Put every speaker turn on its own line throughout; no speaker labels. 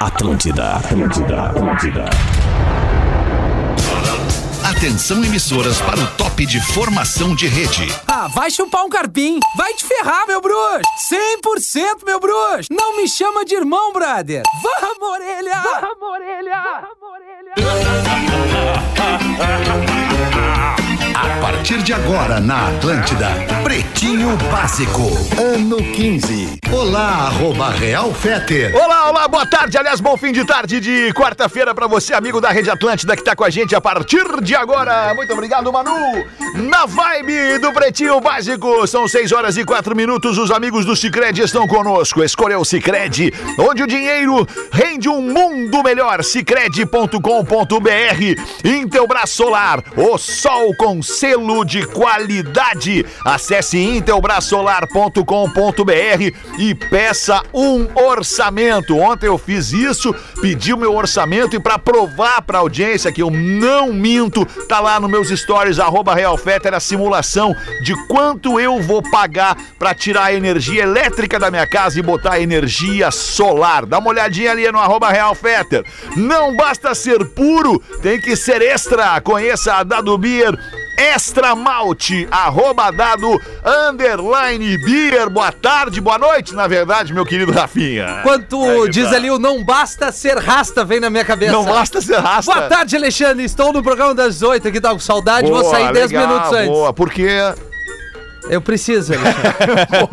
Atlântida, Atlântida, Atlântida.
Atenção emissoras para o top de formação de rede.
Ah, vai chupar um carpim. Vai te ferrar, meu bruxo. 100% meu bruxo. Não me chama de irmão, brother. Vamos, orelha. Vamos, orelha. Vamos,
A partir de agora na Atlântida, Pretinho Básico, ano 15. Olá, arroba Real Feter.
Olá, olá, boa tarde, aliás, bom fim de tarde de quarta-feira pra você, amigo da Rede Atlântida, que tá com a gente a partir de agora. Muito obrigado, Manu. Na vibe do Pretinho Básico, são seis horas e quatro minutos, os amigos do Cicred estão conosco. Escolha o Cicred, onde o dinheiro rende um mundo melhor. Cicred.com.br, Intelbras Solar, o sol com selo de qualidade. Acesse intelbrasolar.com.br e peça um orçamento. Ontem eu fiz isso, pedi o meu orçamento e para provar para audiência que eu não minto, tá lá nos meus stories arroba @realfeter a simulação de quanto eu vou pagar para tirar a energia elétrica da minha casa e botar energia solar. Dá uma olhadinha ali no arroba @realfeter. Não basta ser puro, tem que ser extra. Conheça a Dado Beer Extra Malte, arroba dado, underline beer. Boa tarde, boa noite, na verdade, meu querido Rafinha.
Quanto
Aí
diz
tá.
ali o não basta ser rasta, vem na minha cabeça.
Não basta ser rasta.
Boa tarde, Alexandre. Estou no programa das 8 aqui, tá com saudade. Vou
Boa,
sair 10
legal,
minutos antes.
Boa, porque.
Eu preciso, Alexandre.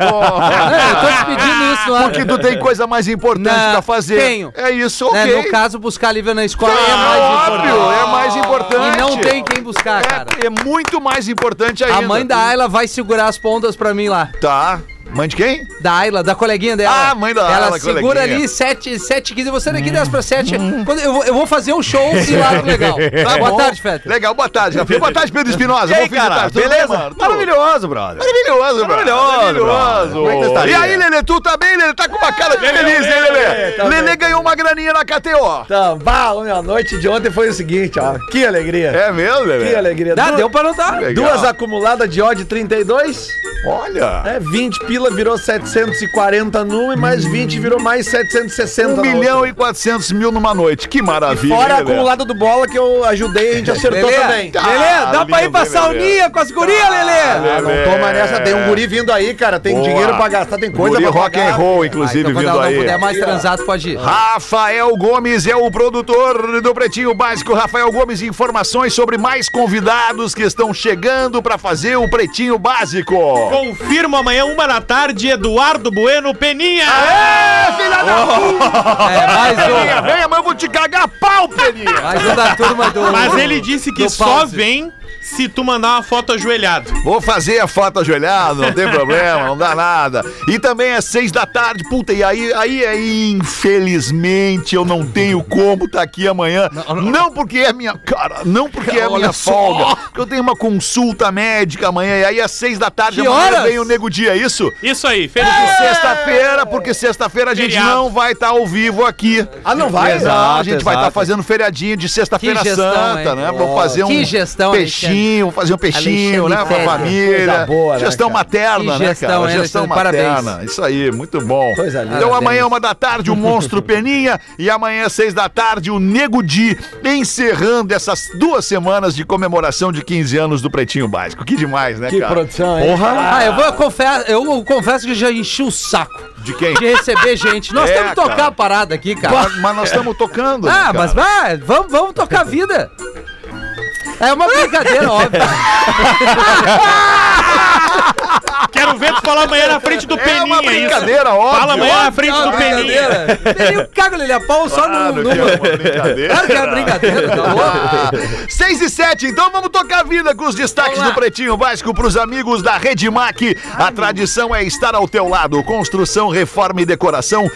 É, eu tô te
Boa.
pedindo isso no ar.
porque tu tem coisa mais importante
Não,
pra fazer.
tenho.
É isso,
É,
ok.
no caso, buscar livro na escola
Ah,
é mais
óbvio,
importante.
é mais importante.
E não tem quem buscar, cara.
é, é muito mais importante ainda.
A mãe da Ayla vai segurar as pontas pra mim lá.
Tá. Mãe de quem?
Da Ayla, da coleguinha dela.
Ah, mãe da
Ela
Ayla,
segura
coleguinha.
ali 7, 7 15. Você daqui 10 pra 7. Quando eu, vou, eu vou fazer um show e lá no legal.
Tá
Boa
bom.
tarde, Feta.
Legal, boa tarde, Rafinha. Boa tarde, Pedro Espinosa.
É. E
Bom
aí,
fim de
cara,
tarde. tá Tudo bem,
beleza?
mano? Tudo
Maravilhoso, brother.
Maravilhoso, bro.
Maravilhoso,
Maravilhoso.
bro. Como é que tu estaria?
E aí, Lelê, tu tá bem, Lelê? Tá com uma cara de feliz, hein, Lelê?
Ah, tá
Lelê
bem.
ganhou uma graninha na KTO.
Então, bala, minha noite de ontem foi o seguinte, ó. Que alegria.
É mesmo, Lelê?
Que alegria.
Dá,
Du-
deu pra notar.
Legal.
Duas acumuladas de odd 32,
Olha.
né? 20 pila virou 740 num e mais 20 virou mais 760
Um
na
milhão
outra.
e quatrocentos mil numa noite. Que maravilha.
Fora a
hein, Lelê?
acumulada do bola que eu ajudei, a gente acertou
Lelê,
também.
Tá,
Lelê, dá pra ir
lindo,
pra
hein,
sauninha
Lelê?
com as gurias, Lelê?
Ah, não
Lelê.
toma nessa, tem um guri vindo aí, cara. Tem
Boa.
dinheiro pra gastar, tem coisa
Guri
pra
rock and
pagar.
roll,
Ah,
inclusive,
então, quando
vindo
ela não
aí.
puder mais transado, pode ir.
Rafael Gomes é o produtor do Pretinho Básico. Rafael Gomes, informações sobre mais convidados que estão chegando para fazer o Pretinho Básico.
Confirmo amanhã, uma da tarde, Eduardo Bueno Peninha.
Filha da
É, mais
Peninha,
um.
vem, amanhã eu vou te cagar a pau, Peninha.
Mais um da turma do.
Mas ele disse que
do
só
pause.
vem se tu mandar uma foto ajoelhado.
Vou fazer a foto ajoelhada, não tem problema, não dá nada. E também é seis da tarde, puta, e aí, aí, aí infelizmente, eu não tenho como estar aqui amanhã. Não, porque é minha. Cara, não porque é
Olha
minha
só.
folga. Porque eu tenho uma consulta médica amanhã, e aí às seis da tarde,
Que
amanhã
horas?
vem o nego dia, é isso?
Isso aí, feliz.
Sexta-feira, porque sexta-feira a gente
Feriado.
não vai estar ao vivo aqui.
Ah, não vai?
Não, a gente vai estar
exato.
fazendo feriadinho de sexta-feira
Que gestão,
santa,
hein?
né? Vou fazer um
Que gestão, Alexandre.
peixinho, vou fazer um peixinho,
Alexandre
né? Pra
Fetter.
família.
Coisa boa, né,
gestão
cara?
materna,
Que
né,
gestão,
cara?
hein,
Gestão
Alexandre?
materna. Isso aí, muito bom.
Coisa linda.
Então amanhã,
Parabéns.
uma da tarde, o Monstro Peninha. E amanhã, seis da tarde, o Nego Di. Encerrando essas duas semanas de comemoração de 15 anos do Pretinho Básico. Que demais, né,
Que
cara?
produção, hein? Porra.
Ah, eu, vou, eu, confesso, eu confesso que já enchi o saco
De quem?
de receber gente. Nós
É,
temos que tocar
cara.
a parada aqui, cara.
Mas, mas nós estamos tocando.
Ah,
né, cara?
mas vai, vamos, vamos tocar a vida. É uma brincadeira, óbvio.
Quero ver tu falar amanhã na frente do Peninha.
É uma
isso.
brincadeira, óbvio.
Fala amanhã na frente
É
do
uma
Peninha.
brincadeira. Peninha caga ele a pau só
Ah,
no.
não
no...
quero uma brincadeira.
Claro que é uma brincadeira, tá louco?
6 e 7, então vamos tocar a vida com os destaques
Vamos lá.
do Pretinho Básico para os amigos da Redmac. A tradição é estar ao teu lado. Construção, reforma e decoração,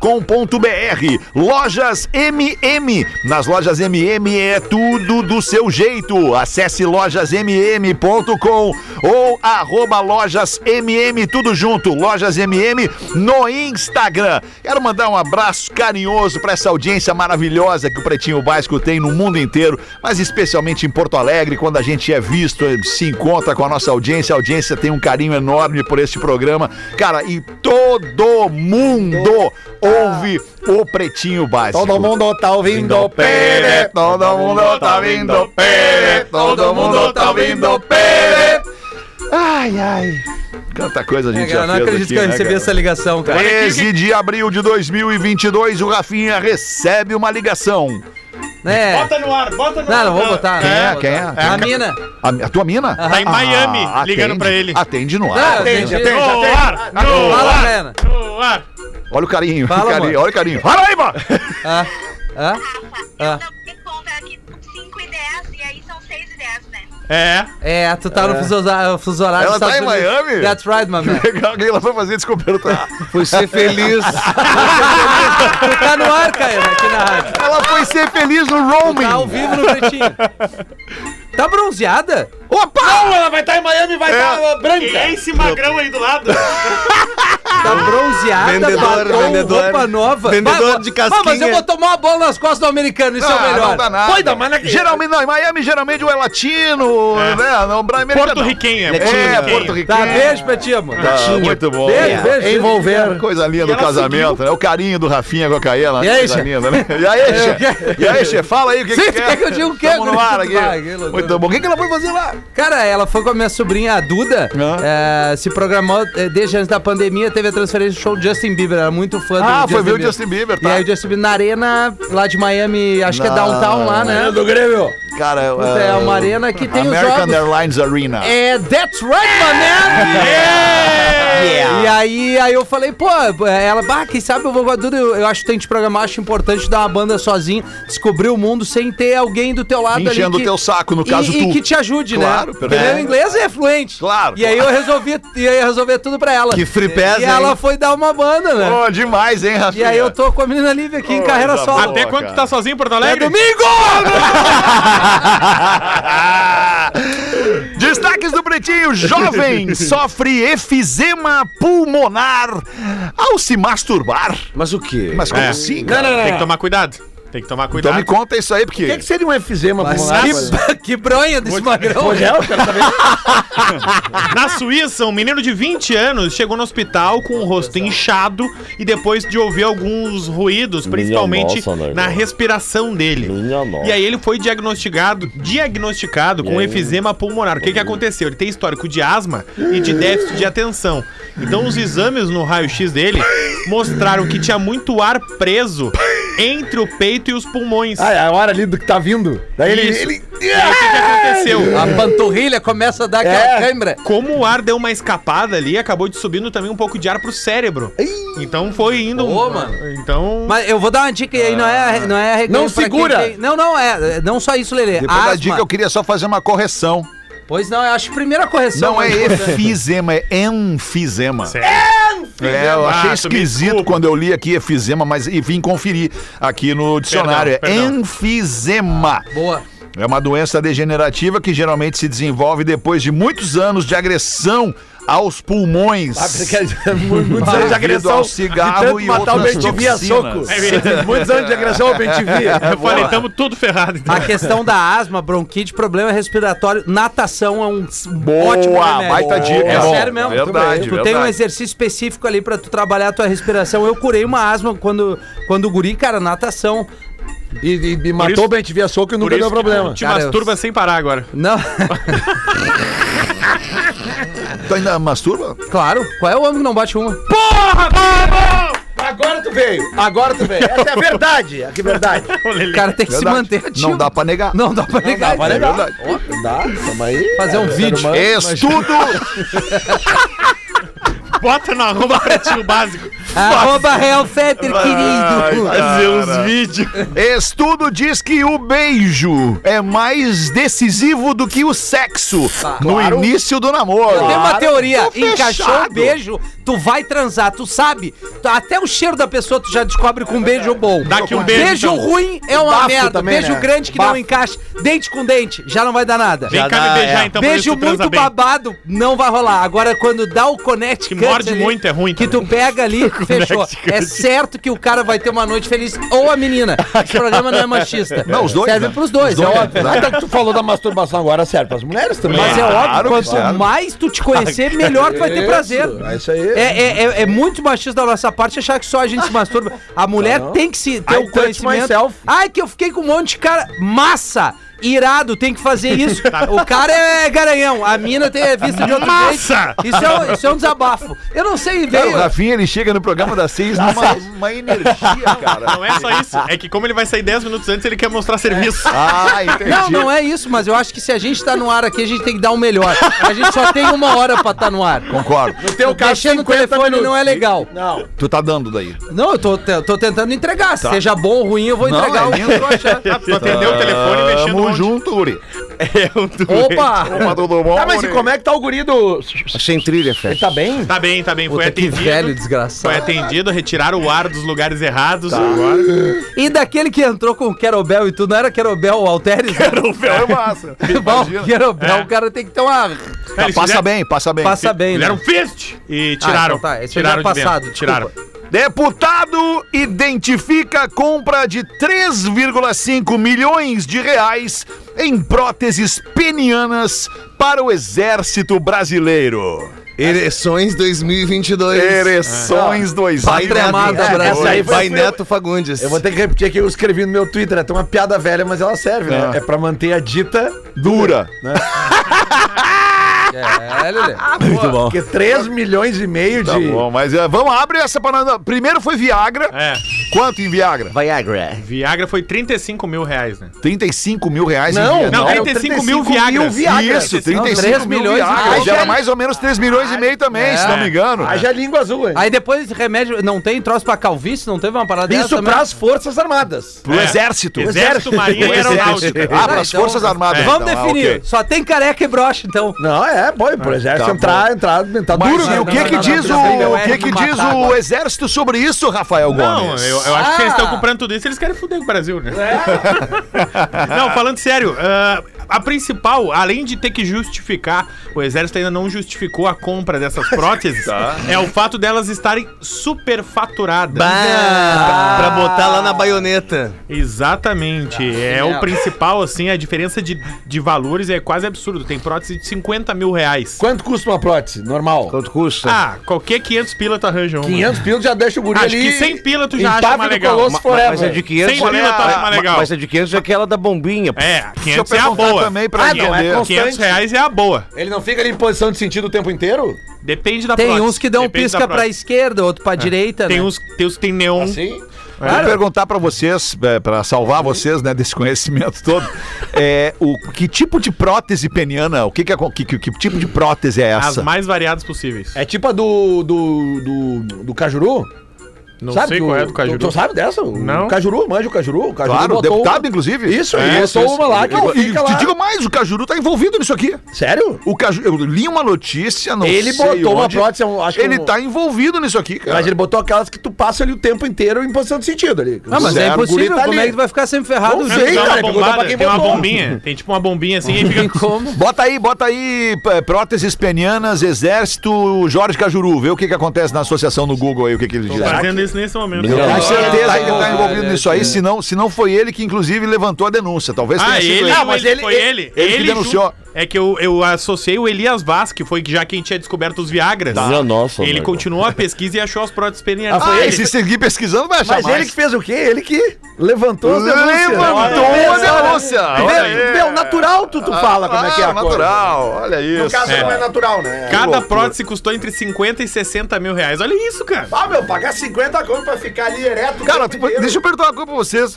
redmac.com.br. Lojas MM. Nas lojas MM é tudo do seu jeito. Acesse lojasmm.com ou arroba Lojas MM, tudo junto, Lojas MM no Instagram. Quero mandar um abraço carinhoso para essa audiência maravilhosa que o Pretinho Básico tem no mundo inteiro, mas especialmente em Porto Alegre, quando a gente é visto, se encontra com a nossa audiência, a audiência tem um carinho enorme por este programa. Cara, e todo mundo ouve o Pretinho Básico.
Todo mundo tá ouvindo Pere.
Todo mundo tá vindo pere, todo mundo tá vindo pere. Ai, ai. Quanta coisa a gente
É, cara, eu
já
não
fez
acredito
aqui,
que eu
né,
recebi
cara?
essa ligação, cara.
13 de abril de 2022, o Rafinha recebe uma ligação.
É.
Bota no ar, bota no ar.
Não, não vou botar.
Quem
não
é?
vou botar.
Quem é?
A
Quem é?
mina.
A, a tua mina?
Tá em Miami,
Ah,
ligando
atende.
pra ele.
Atende no
Não,
ar.
atende,
No ar, no
Fala,
ar,
Helena.
no ar.
Olha o carinho,
Fala,
o carinho
mano.
olha o carinho. Paraíba!
Ah, ah, Ah.
Rafa, você compra aqui 5 e 10 e aí são 6 e 10, né?
É.
É, tu tá no fuso hora- fuso horário.
Ela
dos
tá em
Estados Unidos.
Miami?
That's right, my man.
Legal, alguém lá foi fazer descoberta.
Fui ser feliz.
Tu tá no ar, Caio, aqui na rádio.
Ela foi ser feliz no
Tá ao
roaming.
vivo no pretinho. Tá bronzeada?
Opa! Ela vai estar em Miami, vai estar
E é
branca.
esse magrão aí do lado.
Tá bronzeada,
Vendedor,
batom,
vendedor.
roupa nova.
Vendedor
Vai,
de
vai, mas eu
casquinha.
vou tomar uma bola nas costas do americano, isso é o melhor.
Ah, não dá nada.
Foi da
é
mana que-
Geralmente, não, em Miami geralmente ou é latino, né? Não, pra América
Porto
não.
Riquenha.
É, Porto Riquenho.
Tá, beijo pra ti, amor.
muito bom. É,
Beijo, beijo.
Envolver.
Coisa linda do casamento, né? O carinho do Rafinha com a Caela.
E aí,
coisa
che?
linda, né? E aí, che? E aí, che? Fala aí o que,
Sim,
que
tu quer que eu diga o quê?
Tamo no ar aqui.
Vai, que loucura.
Muito bom. O que, que ela foi fazer lá?
Cara, ela foi com a minha sobrinha, a Duda, eh, se programou eh, desde antes da pandemia, teve a transferência do show do Justin Bieber, era muito fã
Ah,
do
foi ver o Justin Bieber, tá.
E aí o Justin Bieber na arena, lá de Miami, acho que é
Na-
downtown lá, né?
Do Grêmio.
Cara, eu,
Puta, é uma arena que tem os
American
jogos.
Airlines Arena.
É, that's right, my man! E aí, aí eu falei, pô, ela, bah, quem sabe eu vou com a Duda, eu, eu acho que tem que te programar, acho importante dar uma banda sozinho, descobrir o mundo sem ter alguém do teu lado
Enchendo
ali.
o teu saco, no
e-
caso,
e,
tu.
que te ajude,
Claro,
né?
perfeito.
Porque o inglês é fluente.
Claro,
E aí eu resolvi, e aí eu resolvi tudo pra ela.
Que free pass,
E
hein?
ela foi dar uma banda, né?
Pô, demais, hein, Rafinha?
e aí eu tô com a menina Lívia aqui em carreira
tá
solo.
bom.
Até
Pô,
quando
cara.
tu tá sozinho em Porto
É
Alegre?
domingo!
Destaques do Pretinho. Jovem sofre efizema pulmonar ao se masturbar.
Mas o quê?
Mas
É.
como assim, cara?
Tem que tomar cuidado. Tem que tomar
Então
cuidado.
me conta isso aí, porque...
O que, que seria um efizema
Mas
pulmonar?
que, que bronha desse magrão.
Pois é, eu quero saber.
Na Suíça, um menino de 20 anos chegou no hospital com o rosto inchado e depois de ouvir alguns ruídos, principalmente
nossa, né,
na
cara?
respiração dele.
Minha nossa.
E aí ele foi diagnosticado, diagnosticado com efizema pulmonar. O que, que aconteceu? Ele tem histórico de asma e de déficit de atenção. Então os exames no raio-x dele mostraram que tinha muito ar preso entre o peito e os pulmões.
Ah, é a hora ali do que tá vindo. Daí ele,
Isso.
ele-
E aí, o que, que aconteceu?
Ah,
A panturrilha começa a dar aquela
É.
câimbra.
Como o ar deu uma escapada ali, acabou de subindo também um pouco de ar pro cérebro. Então foi indo. um-
Ô, mano.
Então.
Mas eu vou dar uma dica aí, não
Ah.
é, não é
Não
pra quem
segura.
tem- Não, não, é, é, não só isso, Lelê.
Depois da
Asma.
dica, eu queria só fazer uma correção.
Pois não, eu acho que primeira correção.
Não é
né?
efizema, é enfisema. É, eu achei
Ah, tu me
esquisito
desculpa.
quando eu li aqui efizema, mas e vim conferir aqui no dicionário.
Perdão, perdão.
É enfisema.
Boa.
É uma doença degenerativa que geralmente se desenvolve depois de muitos anos de agressão aos pulmões.
Ah, porque é mu- muitos
Devido
anos de
ao
agressão.
cigarro
de tanto
e
matar o
outras
Bentivia a soco.
toxinas.
Muitos anos de agressão ao Bentivia.
Eu falei, tamo tudo ferrado. então.
A questão da asma, bronquite, problema respiratório, natação é um s-
Boa,
ótimo remédio.
baita dica.
É
É bom,
sério mesmo.
verdade,
tu tem um
verdade.
exercício específico ali pra tu trabalhar a tua respiração. Eu curei uma asma quando, quando guri, cara, natação.
E, e- e matou
isso-
o Bentivia a soco e
Por
nunca
isso
deu
que
problema.
Te
Cara,
masturba sem parar agora.
Não,
Tu ainda masturba?
claro. Qual é o homem que não bate uma?
Agora tu veio. Agora tu veio. Essa é a verdade. É que verdade.
O cara tem que se
Verdade.
manter ativo.
Não dá pra negar.
Não dá pra negar.
Mas
isso.
é
legal.
verdade. Ó, Dá, tamo aí.
É
Fazer um
Cara,
vídeo.
ser humano.
Estudo
Bota no arroba pretinho básico.
Arroba Real Fetter, querido.
Fazer uns
vídeos.
Estudo diz que o beijo é mais decisivo do que o sexo
Claro.
no início do namoro.
Ah, Eu tenho uma teoria.
Tô
Encaixou o
fechado.
beijo, tu vai transar, tu sabe. Tu- Até o cheiro da pessoa tu já descobre com um beijo bom.
Dá aqui um beijo, então.
ruim é uma
Bafo
merda.
também,
beijo
né?
grande que não
Bafo.
encaixa. Dente com dente, já não vai dar nada.
Vem
Já
cá
dá,
me beijar
é.
então. pra ver se
Beijo
tu transa
muito
bem.
babado não vai rolar. Agora, quando dá o connect
Que morde muito, é ruim
Que
também.
tu pega ali, fechou. É certo que o cara vai ter uma noite feliz ou a menina. Esse programa não é machista.
Não, os dois,
Serve
né?
pros dois,
Os
Então,
dois,
é
né?
óbvio.
Até que tu falou da masturbação agora, serve pras mulheres também.
Mas é
Claro,
óbvio, quanto
claro.
mais tu te conhecer, melhor tu vai ter prazer.
É isso aí.
É, é- é- é muito machista da nossa parte achar que só a gente se masturba. A mulher tem que se ter
I
o
touch
conhecimento.
myself.
Ai, que eu fiquei com um monte de cara. Massa! Irado, tem que fazer isso. O cara é garanhão, a mina tem é vista de outro
Massa!
jeito. Isso é, um- isso é um desabafo. Eu não sei,
Cara, o
veio.
Rafinha, ele chega no programa das seis numa uma energia, cara.
Não é só isso. É que como ele vai sair 10 minutos antes, ele quer mostrar serviço.
Ah, entendi.
Não, não é isso, mas eu acho que se a gente tá no ar aqui, a gente tem que dar o melhor. A gente só tem uma hora pra estar no ar.
Concordo.
teu caso,
Mexer no
50
telefone
minutos.
não é legal.
Não.
Tu tá dando daí.
Não, eu tô, te- tô tentando entregar.
Tá.
Seja bom ou ruim, eu vou
Não,
entregar um-
é
o que
lindo.
eu achar.
Ah, tu atendeu o telefone mexendo onde?
Tamo junto, Uri.
Opa!
Opa, tudo bom,
Tá, mas e
Uri?
como é que tá o guri do...
Sem trilha,
Ele
Fede.
tá bem?
Tá bem, tá bem. Foi
É
Puta, que
atendido.
velho desgraçado.
Foi atendido, retiraram o ar dos lugares errados. Agora.
E daquele que entrou com o Querobel e tudo, não era Querobel o Alteres?
É massa.
Bom,
Imagina.
Querobel,
É.
o cara tem que ter uma...
Tá,
Eles
passa
fizeram-
bem, passa bem.
Passa bem, né?
Fizeram um fist e tiraram.
Ah, então tá, esse foi
tiraram
já
de
passado,
dentro, Tiraram.
Deputado identifica compra de 3,5 milhões de reais em próteses penianas para o Exército Brasileiro.
Ereções
É
2022.
Ereções 2000.
Pai
Tremada,
Neto.
abraço.
Essa aí foi- Pai
foi-
Neto Fagundes.
Eu vou ter que repetir aqui, eu escrevi no meu Twitter, é uma piada velha, mas ela serve, né?
É.
É pra manter a dita,
Dura.
É, Lelê.
Muito bom.
porque 3 milhões e meio
Tá
de...
bom, mas é, vamos abrir essa parada. Primeiro foi Viagra.
É.
Quanto em Viagra?
Viagra.
Viagra foi 35 mil reais, né?
35 mil reais em Viagra.
não,
é
35 mil Viagras.
Isso, 35
três
mil
milhões e
Viagra.
meio.
Gera mais ou menos 3 milhões e meio também, se não me engano.
Haja língua azul, hein?
Aí depois esse remédio, não tem troço pra calvície? Não teve uma parada dessa
Isso
também?
pras Forças Armadas.
Pro
É.
exército.
Exército, Marinha e Aeronáutica.
Ah, para as
Então,
Forças Armadas.
Vamos
então, ah,
definir.
ok.
Só tem careca e brocha, então.
Não, é, bom, pro exército
tá
entrar, entrar, entrar
Mas
duro.
e
né?
o que
não,
que
não,
diz
não, não,
o
não,
o que que
não,
diz
não, não,
o exército sobre isso, Rafael
Não,
Gomes?
eu, eu acho que eles
Ah.
estão comprando tudo isso, eles querem foder com o Brasil, né? não, falando sério, ah, a principal, além de ter que justificar, o exército ainda não justificou a compra dessas próteses,
Tá.
é o fato delas estarem superfaturadas.
Bah, pra botar lá
Ah.
na baioneta.
Exatamente. É o principal, assim, a diferença de, de valores é quase absurdo. Tem prótese de 50 mil reais.
Quanto custa uma prótese? Normal.
Quanto custa?
Ah, qualquer 500 pila tu arranja uma.
500 pila já deixa o guri
Acho
ali.
que 100 pila tu já acha
impávido
uma legal.
Colosso
Ma-
forever.
mas é de 500.
Sem grila, tá mais legal.
Mas é de 500 é aquela da bombinha.
É,
Deixa eu
500 é a
perguntar
boa.
também pra
Ah, não, é
entender.
com-
500 reais é a boa.
Ele não fica ali em posição de sentido o tempo inteiro?
Depende da
Tem
prótese.
uns que dão
Depende
pisca
da
pra
prótese.
esquerda, outro pra direita,
Tem
né?
uns, tem uns que um, tem neon.
Sim.
Vou perguntar pra vocês, é, pra salvar vocês, né, desse conhecimento todo. É, o que tipo de prótese peniana? O que que, é co- que, que- que tipo de prótese é
As
essa?
mais variadas possíveis.
É tipo a do. do. do, do Cajuru?
Não
Sabe
sei
que
qual
o-
é do Cajuru.
Tu, tu sabe dessa? O
Não.
Cajuru, manja o Cajuru. O Cajuru
Claro,
botou
deputado,
uma-
inclusive.
Isso,
é,
ele botou uma lá que
Eu,
fica
eu te
lá.
digo mais, o Cajuru tá envolvido nisso aqui.
Sério?
O Caju, eu li uma notícia, não
Ele
sei
botou uma
onde.
prótese, eu acho que
Ele
um-
tá envolvido nisso aqui, cara.
Mas ele botou aquelas que tu passa ali o tempo inteiro em posição de sentido ali.
Ah, mas
Zero,
é
o guri
impossível.
tá
Como
ali.
é que tu vai ficar sempre ferrado?
Não
Não,
sei,
tem
cara,
uma
pergunta pra
bombada,
quem
tem uma
botou.
bombinha. Tem tipo uma bombinha assim e fica.
Como?
Bota aí, bota aí p- próteses penianas, exército, Jorge Cajuru. Vê o que, que acontece na associação no Google aí, o que, que ele diz.
Fazendo isso nesse momento.
Com certeza ele tá
Ah,
envolvido nisso
né?
aí, se não, se não foi ele que inclusive levantou a denúncia. Talvez tenha
Ah,
sido
ele,
ele.
Ah, mas ele-
foi ele.
ele que
ju-
denunciou.
É que eu, eu associei o Elias Vaz, que foi já quem tinha descoberto os Viagras.
Minha nossa,
ele
velho.
continuou a pesquisa e achou as próteses penianas.
Ah, foi
Ah, e
ele.
se seguir pesquisando, vai achar
Mas
mais.
ele que fez o quê? Ele que levantou as denúncias.
levantou
Olha,
a denúncia. Olha aí.
Meu, meu, natural tu, tu fala como é que é
Ah,
a coisa.
natural, olha isso.
No caso
É.
não é natural, né?
Cada
loucura.
prótese custou entre 50 e 60 mil reais. Olha isso, cara.
Ah, meu, pagar 50 conto pra ficar ali ereto. o
Cara,
tempo
tu-
inteiro.
deixa eu perguntar uma coisa pra vocês.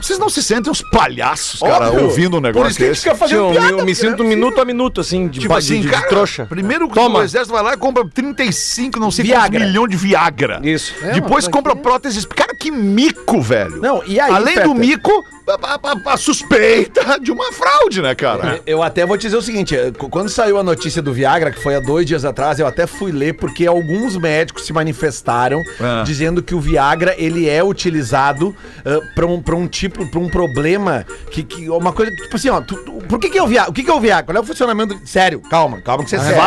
Vocês não se sentem uns palhaços, cara,
Óbvio.
ouvindo um
Por
negócio
isso que a gente
desse?
fica tipo fazendo
Tio,
piada.
eu me
porque
sinto
não é
minuto
possível.
a minuto, assim, de,
Tipo
de-
assim,
de- de
cara,
trouxa.
primeiro que
Toma.
o exército vai lá e compra 35, não sei quantos
Viagra.
milhões de Viagra.
Isso.
É,
Depois
mas
compra próteses. Cara, que mico, velho.
Não, e aí,
Além
Feta?
do mico, a, a- a- a suspeita de uma fraude, né, cara?
Eu até vou te dizer o seguinte, eh, qu- quando saiu a notícia do Viagra, que foi há dois dias atrás, eu até fui ler porque alguns médicos se manifestaram dizendo que o Viagra ele é utilizado para um, pra um tipo, para um problema que, que uma coisa tipo assim, ó, tu- tu- por que que é o Viagra? O que que é o Viagra? Qual é o funcionamento? Sério, calma, calma que
Ah,
você é sério.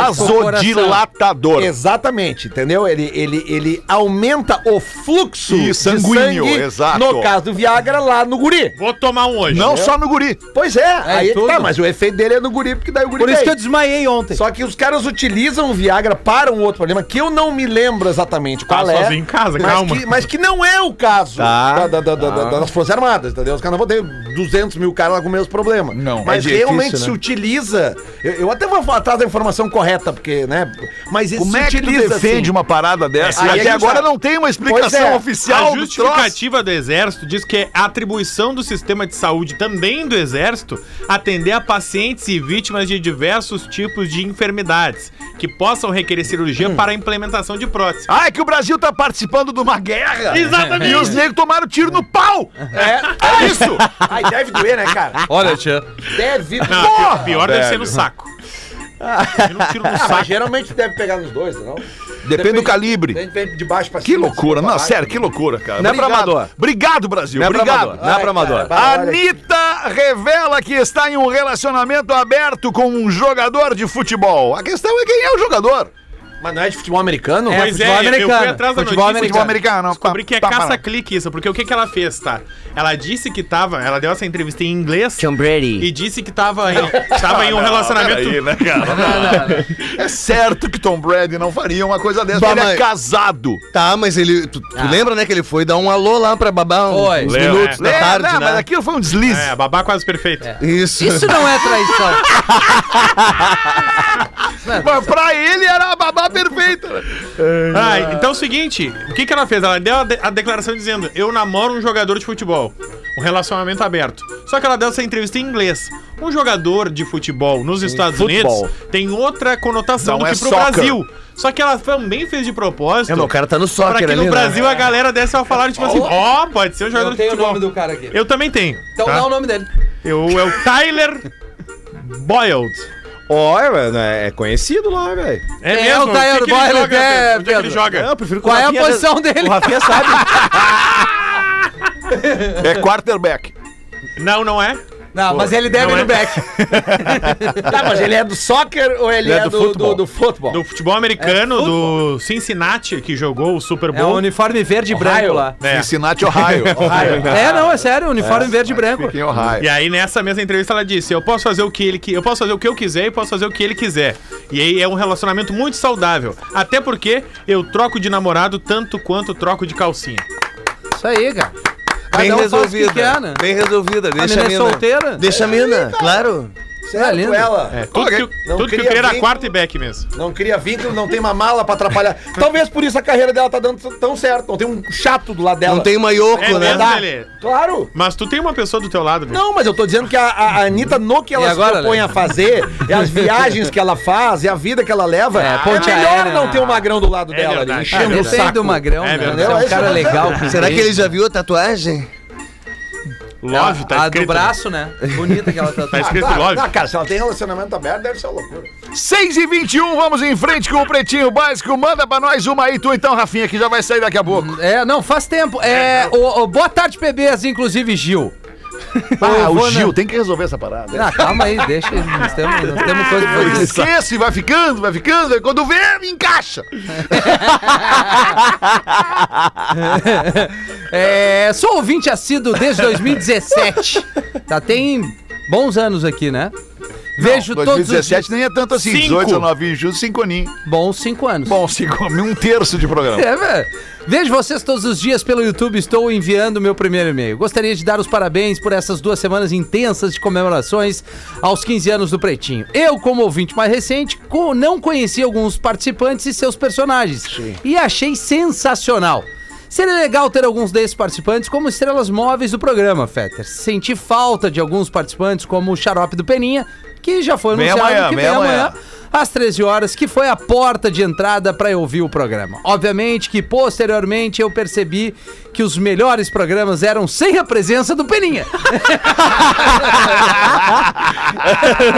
Vasodilatador.
Exatamente, entendeu? Ele, ele, ele aumenta o fluxo
E sanguíneo, exato.
no caso do Viagra lá no guri.
Vou tomar um hoje.
Não só no guri.
Pois é, aí é que
tudo.
tá, mas o efeito dele é no guri, porque daí o guri
Por isso
vem.
que eu desmaiei ontem.
Só que os caras utilizam o Viagra para um outro problema, que eu não me lembro exatamente qual é.
Tá sozinho em casa,
mas
calma.
Que, mas que não é o caso
Tá,
da- da- da- da- das Forças Armadas, entendeu? Os caras não vão ter 200 mil caras lá com o mesmo problema.
Não,
Mas
é difícil,
realmente
né?
se utiliza. Eu, eu até vou atrás da informação correta, porque, né? Mas isso
Como
se
é que tu
utiliza,
defende
assim.
uma parada dessa?
É,
E
aí
até
é que
agora
tá.
não tem uma
Pois
explicação
é,
oficial
a
do troço.
justificativa do Exército diz que é atribuição do sistema de saúde também do Exército atender a pacientes e vítimas de diversos tipos de enfermidades que possam requerer cirurgia para a implementação de prótese.
Ah, é que o Brasil tá participando de uma
Tá
guerra.
Exatamente.
E os negros tomaram tiro no pau. É, é isso.
Ai, deve doer, né, cara?
Olha, tia.
Deve doer.
Não, pior- pior deve
velho.
ser no saco. Eu não tiro no
Ah, mas
saco.
geralmente deve pegar nos dois, não?
Depende do calibre.
Depende de baixo pra cima.
Que loucura,
de cima
não,
pra
sério,
baixo.
que loucura, cara.
Não é pra
Obrigado.
amador.
Obrigado, Brasil.
Não é pra
Obrigado.
amador. Não é pra amador.
Ah, olha aqui.
Anitta revela que está em um relacionamento aberto com um jogador de futebol. A questão é quem é o jogador.
Mas não é de futebol americano?
É,
Pois
futebol
é, eu fui
americano,
atrás da
futebol
notícia.
Futebol
Americano.
americano.
Descobri que é
Tá, tá, tá.
caça-clique isso, porque o que, que ela fez, tá? Ela disse que tava. Ela deu essa entrevista em inglês. E disse que tava em, tava
Ah,
em um relacionamento.
Peraí, né, cara? É certo que Tom Brady não faria uma coisa dessa,
Bah,
porque ele é
mas-
casado.
Tá, mas ele. Tu, tu lembra, né, que ele foi dar um alô lá pra babá uns
Ah. Foi.
uns
Lembra,
minutos
é.
da
É,
tarde,
né,
né?
mas aquilo foi um deslize.
É, babá quase perfeito.
Isso.
Isso não é traição.
Mas pra ele era a babá perfeita.
Ah, então é o seguinte, o que, que ela fez? Ela deu a, de- a declaração dizendo: Eu namoro um jogador de futebol. Um relacionamento aberto. Só que ela deu essa entrevista em inglês. Um jogador de futebol nos Estados Unidos tem outra conotação
Não
do
é
que pro
soccer.
Brasil. Só que ela também fez de propósito.
É, mas o cara tá no soccer
Pra que no
ali, né?
Brasil a galera desse ao falar, tipo assim, ó, pode ser um jogador
Oh. Eu
de
tenho o
futebol.
nome do cara aqui.
Eu também tenho.
Então
tá?
dá o nome dele.
Eu, é o Tyler Boyd.
Olha, mano, é conhecido lá, velho.
É,
Quem é o
O que
Tyler
que ele
Boyd,
joga,
é,
Pedro? Onde é que ele
Pedro?
joga?
Não, eu prefiro que
Qual é a
Rafinha-
posição dele?
O Rafinha sabe.
É quarterback.
Não, não é?
Não, mas ele deve
Não
ir
é.
no back.
Tá, mas ele é do soccer ou ele é, do, futebol? Do, do futebol?
É
Do futebol americano,
É
do Cincinnati, que jogou o Super
É o
Bowl.
uniforme verde e branco
Ohio.
lá.
É.
Cincinnati, Ohio. Ah.
É, não, é sério, uniforme verde e branco.
Fica em Ohio.
E aí, nessa mesma entrevista, ela disse: Eu posso fazer o que ele que eu posso fazer o que eu quiser e posso fazer o que ele quiser. E aí é um relacionamento muito saudável. Até porque eu troco de namorado tanto quanto troco de calcinha.
Isso aí, cara.
Bem
Cada um faz o que
resolvida.
quer, né?
Bem resolvida. Deixa a
menina
mina.
é solteira?
Deixa a mina, claro.
Certo,
É lindo.
ela.
É, tudo que, eu-
Não
tudo que eu
queria
queria era
vínculo.
quarto e back mesmo.
Não cria vínculo, não tem uma mala pra atrapalhar. Talvez por isso a carreira dela tá dando tão certo. Não tem um chato do lado dela.
Não tem uma Yoko,
É
né?
mesmo,
Dá.
Lelê?
Claro.
Mas tu tem uma pessoa do teu lado, meu.
Não, mas eu tô dizendo que a, a Anitta, no que ela
agora,
se propõe a fazer, e as viagens que ela faz, e a vida que ela leva, é,
ponte
melhor
aérea,
não
né?
ter o magrão do lado
É
dela ali,
verdade.
enchendo
É
o
Depende
saco.
do magrão,
É
né?
verdade.
É um
Isso
cara
eu não
legal.
Será que ele já viu a tatuagem?
Love, tá
A do
escrito.
braço, né? Bonita aquela
Tá
tatuagem.
escrito
Claro.
love.
Ah, Não, cara, se ela tem relacionamento aberto, deve ser uma loucura.
6 e 21 vamos em frente com o Pretinho Básico. Manda pra nós uma aí, tu então, Rafinha, que já vai sair daqui a pouco.
É, não, faz tempo. É, o, o- boa tarde, PBs, inclusive Gil.
Ah,
Eu
o
vou né? na-
Gil, tem que resolver essa parada.
Ah, calma aí, deixa. Nós temos, nós temos coisa pra fazer.
Esquece, vai ficando, vai ficando, aí quando vê, me encaixa.
É, sou ouvinte assíduo desde 2017. Já Tá, tem bons anos aqui, né? Vejo todos os dias.
2017 nem é tanto assim,
Cinco.
18, 19, junho, 5 aninhos.
Bons cinco anos.
Bom, cinco, um terço de programa.
É, velho. Vejo vocês todos os dias pelo YouTube, estou enviando meu primeiro e-mail. Gostaria de dar os parabéns por essas duas semanas intensas de comemorações aos 15 anos do Pretinho. Eu, como ouvinte mais recente, co- não conheci alguns participantes e seus personagens e achei sensacional. Seria legal ter alguns desses participantes como estrelas móveis do programa, Fetter. Senti falta de alguns participantes, como o Xarope do Peninha, que já foi
Vem
anunciado
amanhã,
que
vem amanhã.
às 13 horas, que foi a porta de entrada para eu ouvir o programa. Obviamente que posteriormente eu percebi que os melhores programas eram sem a presença do Peninha.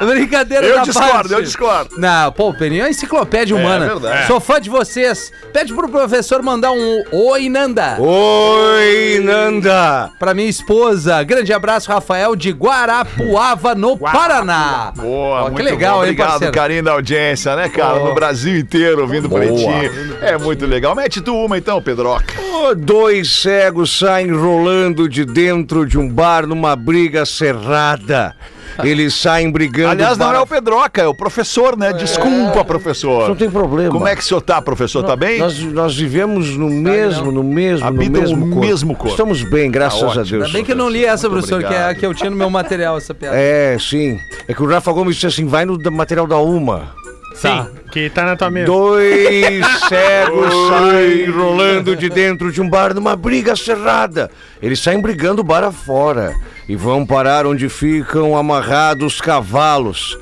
Brincadeira
Eu
da
discordo,
parte.
eu discordo.
Não, pô, o Peninha é uma enciclopédia humana.
verdade.
Sou fã de vocês. Pede pro professor mandar um Oi, Nanda.
Oi, Nanda!
Pra minha esposa. Grande abraço, Rafael, de Guarapuava, no Paraná.
Boa,
Ó,
muito
que legal,
bom.
hein,
Obrigado,
parceiro?
carinho da audiência, né, cara? No Brasil inteiro, ouvindo Pretinho. É muito legal. Mete tu uma então, Pedroca.
Ô, Dois cegos saem rolando de dentro de um bar numa briga cerrada. Eles saem brigando.
Aliás, não
para-
é o Pedroca, é o professor, né? Desculpa, professor.
Não tem problema.
Como é que o senhor tá, professor? Tá bem?
Nós, nós vivemos no mesmo, no mesmo, no
Habitam o
mesmo corpo.
mesmo corpo.
Estamos bem, graças
Tá
a
ótimo.
Deus.
Ainda bem que eu não li essa,
Muito
professor, que, é,
obrigado.
que eu tinha no meu material essa piada.
É, sim. É que o Rafa Gomes disse assim, vai no da- material da UMA.
Sim, que tá na tua mesa.
Dois cegos saem rolando de dentro de um bar numa briga cerrada. Eles saem brigando o bar afora e vão parar onde ficam amarrados cavalos.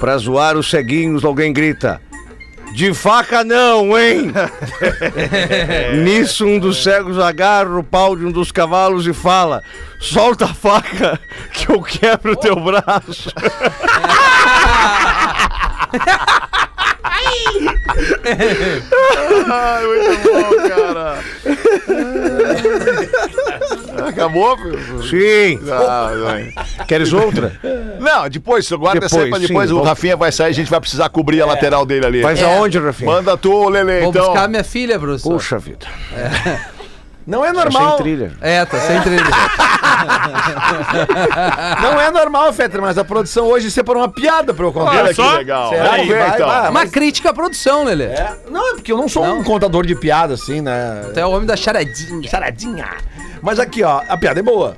Pra zoar os ceguinhos, alguém grita. De faca não, hein? Nisso, um dos cegos agarra o pau de um dos cavalos e fala: Solta a faca, que eu quebro o teu braço.
Ai, muito bom, cara. Ah. Acabou, professor?
Sim.
Ah, vai.
Queres outra?
não, depois, senhor, guarda essa aí pra
Depois,
depois
sim,
o
vamos-
Rafinha vai sair, a gente vai precisar cobrir a lateral dele ali.
Mas aonde, Rafinha?
Manda tu, Lele,
Vou
então.
buscar minha filha, professor.
Puxa vida.
Não é
Tá
normal.
Sem trilha.
É, tá sem trilha.
Não é normal, Fetter, mas a produção hoje separou uma piada pra eu contar.
Olha que
só.
legal.
Será?
Vamos ver,
Vai,
então.
vai.
É Uma crítica à produção, Lelê.
É. Não, é porque eu não sou
Não?
um contador de piada, assim, né?
Tu é o homem da charadinha.
Charadinha. Mas aqui, ó, a piada é boa.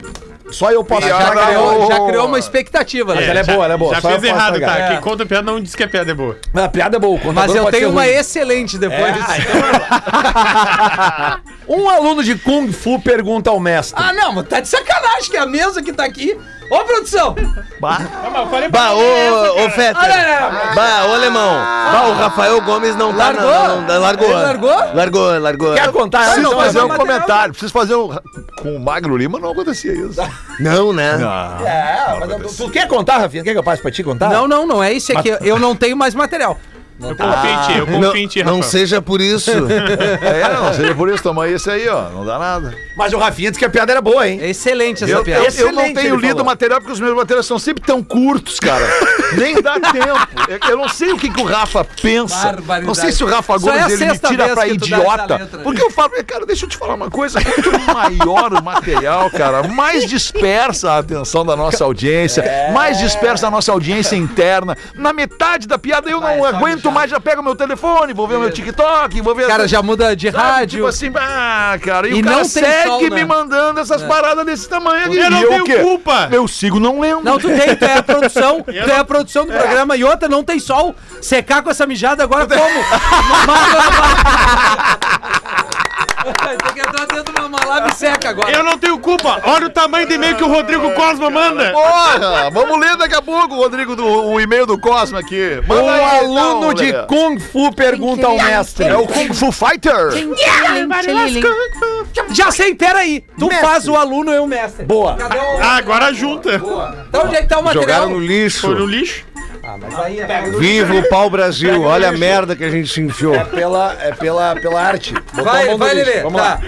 Só eu posso
Piada
já
Já criou,
criou,
já criou uma expectativa, né?
Mas ela é
já-
boa, ela é boa.
Já
Só eu
fez
posso
errado,
pagar.
tá?
É.
Quem conta piada não diz que a piada é boa.
A piada é boa. o contador
Mas eu
pode ser
tenho uma
ruim. Ah, É. então
excelente depois.
Um aluno de Kung Fu pergunta ao mestre.
Ah, não, mas tá de sacanagem que é a mesa que tá aqui. Ô, produção!
Bah, ô, ô Fetter.
Ah, não,
Bah, ô alemão. Bah, o Rafael Gomes não tá.
Largou?
Não, não, não, largou.
Ele largou?
Largou, largou.
Quer contar?
Preciso
Não,
fazer
mas
um
é uma-
comentário. Preciso fazer um. Com o Magro Lima não acontecia isso.
Não, né?
É, mas tu- tu quer contar, Rafinha? Quer que eu passe pra te contar?
Não, não, não é isso aqui. Eu não tenho mais material.
Ah.
Eu confio em ti, eu
Não,
confio em ti,
não
Rafael.
seja por isso.
É, não seja por isso, toma esse aí, ó. Não dá nada.
Mas o Rafinha disse que a piada era boa, hein?
É excelente essa
Eu,
piada.
eu- eu não
Excelente,
tenho
ele
lido o
falou.
material porque os meus materiais são sempre tão curtos, cara. Nem dá tempo. Eu, eu não sei o que, que o Rafa pensa.
Barbaridade.
Não sei se o Rafa
Só é
Gomes
a
ele me
sexta
tira
vez
pra
que tu dá essa
idiota.
letra.
Porque eu falo, cara, deixa eu te falar uma coisa. Quanto maior o material, cara, mais dispersa a atenção da nossa audiência,
É.
mais dispersa a nossa audiência interna. Na metade da piada eu não
Vai, só
aguento
mijar.
mais, já pego meu telefone, vou ver meu TikTok, vou ver.
Cara, já muda de
Sabe?
rádio.
Tipo assim, ah, cara, e,
E
o cara
não tem
segue
sol, né?
me mandando essas paradas desse tamanho aqui.
Eu não
E o
tenho
quê?
culpa.
Eu sigo não lembro.
Não, tu tem, tu é a produção, tu é a produção do programa e outra não tem sol. Secar com essa mijada agora como? Tem que entrar dentro de uma malave seca agora.
Eu não tenho culpa. Olha o tamanho de e-mail que o Rodrigo Cosma manda.
Porra! Vamos ler daqui a pouco, Rodrigo, do, o e-mail do Cosma aqui. Manda
Um
aí, então,
aluno de
Lelê.
Kung Fu pergunta ao mestre.
É o Kung Fu Fighter.
Já sei, peraí. Tu faz o aluno e o mestre.
Boa.
Cadê o...
Ah, agora junta.
Então onde é que tá o material?
Jogaram no
Foi no
lixo.
um lixo.
Viva o pau Brasil. Olha a merda que a gente se enfiou.
É pela, é pela, pela arte. Botou a
Vai,
mão no
vai,
lixo.
Lelê.
Vamos
tá.
lá.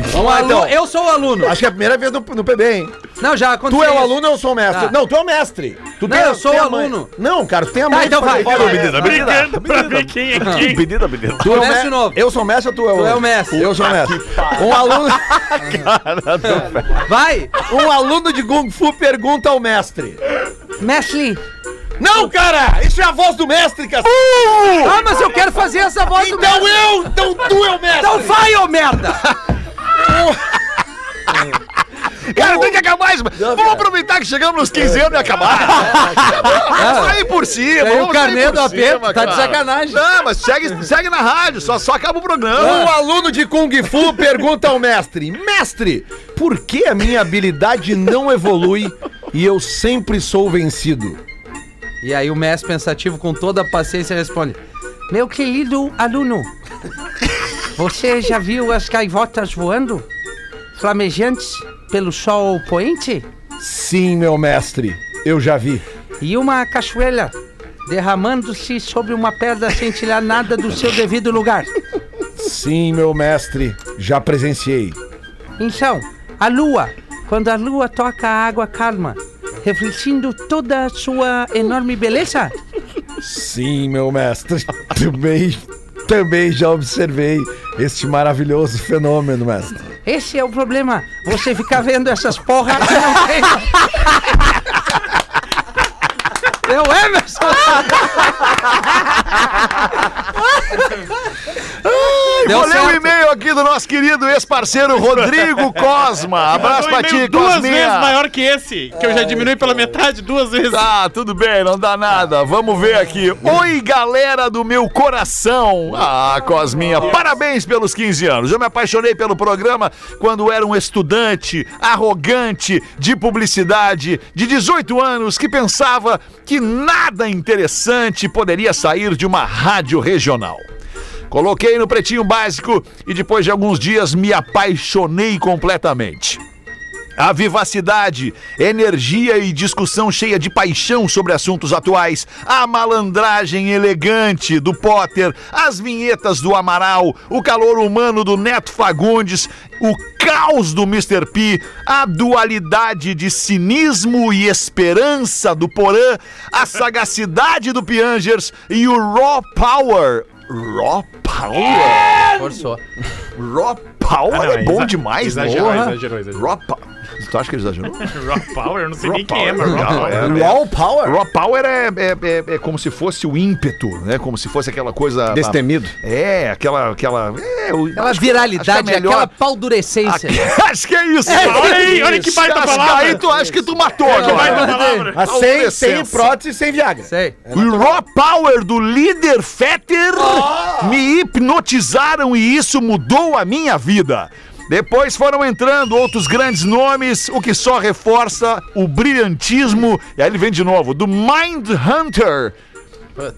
Vamos lá,
Aluno-
então.
Eu sou o aluno.
Acho que é a primeira vez no, no PB, hein?
Não, já aconteceu.
Tu é o
isso.
aluno ou eu sou o mestre?
Tá.
Não, tu é o mestre. Tu
Não, eu sou
tem
o
a mãe.
aluno.
Não, cara, tu tem a
Tá,
mãe.
então
que
vai,
faz-
É,
vai,
Olha,
Tá brigando pra ver quem é quem.
Pedida, menina.
Tu é o
Comece
mestre
de novo.
novo. Eu sou o mestre ou tu é o
Tu é o mestre. Tá.
Eu sou o mestre. Um aluno,
Vai,
um aluno de Kung Fu pergunta ao mestre.
mestre.
Não, cara! Isso é a voz do mestre, cara!
Ah, mas eu quero fazer essa voz do
Então eu! Então tu é o mestre!
Então vai, ô merda.
Cara, É. tem que acabar isso. Vamos aproveitar que chegamos nos 15 anos e acabar. Vamos sair por cima.
Ganhou o
vamos sair
carnê
por
do AP,
cima,
tá de
cara.
sacanagem.
Não, mas segue, segue na rádio, só, só acaba o programa.
Um aluno de Kung Fu pergunta ao mestre: Mestre, por que a minha habilidade não evolui e eu sempre sou vencido?
E aí o mestre pensativo, com toda a paciência, responde: Meu querido aluno, você já viu as gaivotas voando? Flamejantes pelo sol poente?
Sim, meu mestre, eu já vi.
E uma cachoeira derramando-se sobre uma pedra sem tirar nada do seu devido lugar.
Sim, meu mestre, já presenciei.
Então, a lua, quando a lua toca a água calma, refletindo toda a sua enorme beleza,
Sim, meu mestre, também, também já observei este maravilhoso fenômeno, mestre.
esse é o problema. Você fica vendo essas porra que não tem. Eu, É Emerson!
Vou
Deu
ler o
certo.
um e-mail aqui do nosso querido ex-parceiro Rodrigo Cosma. Abraço pra ti,
um duas vezes
Cosminha.
maior que esse, que eu já diminui pela metade duas vezes.
Tá, tudo bem, não dá nada. Vamos ver aqui. Oi, galera do meu coração. Ah, Cosminha, parabéns pelos 15 anos. Eu me apaixonei pelo programa quando era um estudante arrogante de publicidade de 18 anos que pensava que nada interessante poderia sair de uma rádio regional. Coloquei no pretinho básico e depois de alguns dias me apaixonei completamente. A vivacidade, energia e discussão cheia de paixão sobre assuntos atuais, a malandragem elegante do Potter, as vinhetas do Amaral, o calor humano do Neto Fagundes, o caos do Mr. P, a dualidade de cinismo e esperança do Porã, a sagacidade do Piangers e o Raw Power. Raw Power?
Forçou.
Raw Power
Ah, não,
é bom
exa-
demais, né?
exagerou,
Porra.
exagerou, exagerou.
Raw Power. Tu acha que ele exagerou?
Rock Power, eu não sei
Raw
nem quem é, mas
Power,
Rock
não,
Power.
é-
Raw Power?
Raw Power é, é, é- é como se fosse o ímpeto, né? Como se fosse aquela coisa.
Destemido.
É, aquela. aquela é,
Aquela
o- acho que- acho
viralidade,
que é melhor-
aquela paldurecência.
Acho que é isso.
olha aí, olha que baita
Acho que
palavra.
Aí tu acha que tu matou
Que
agora.
baita palavra.
Mas Ah, sem, sem
Licença.
prótese e é sem Viagra.
Sei.
O Raw Power do líder Fetter me hipnotizaram e isso mudou a minha vida. Depois foram entrando outros grandes nomes, o que só reforça o brilhantismo. E aí ele vem de novo, do Mind Hunter.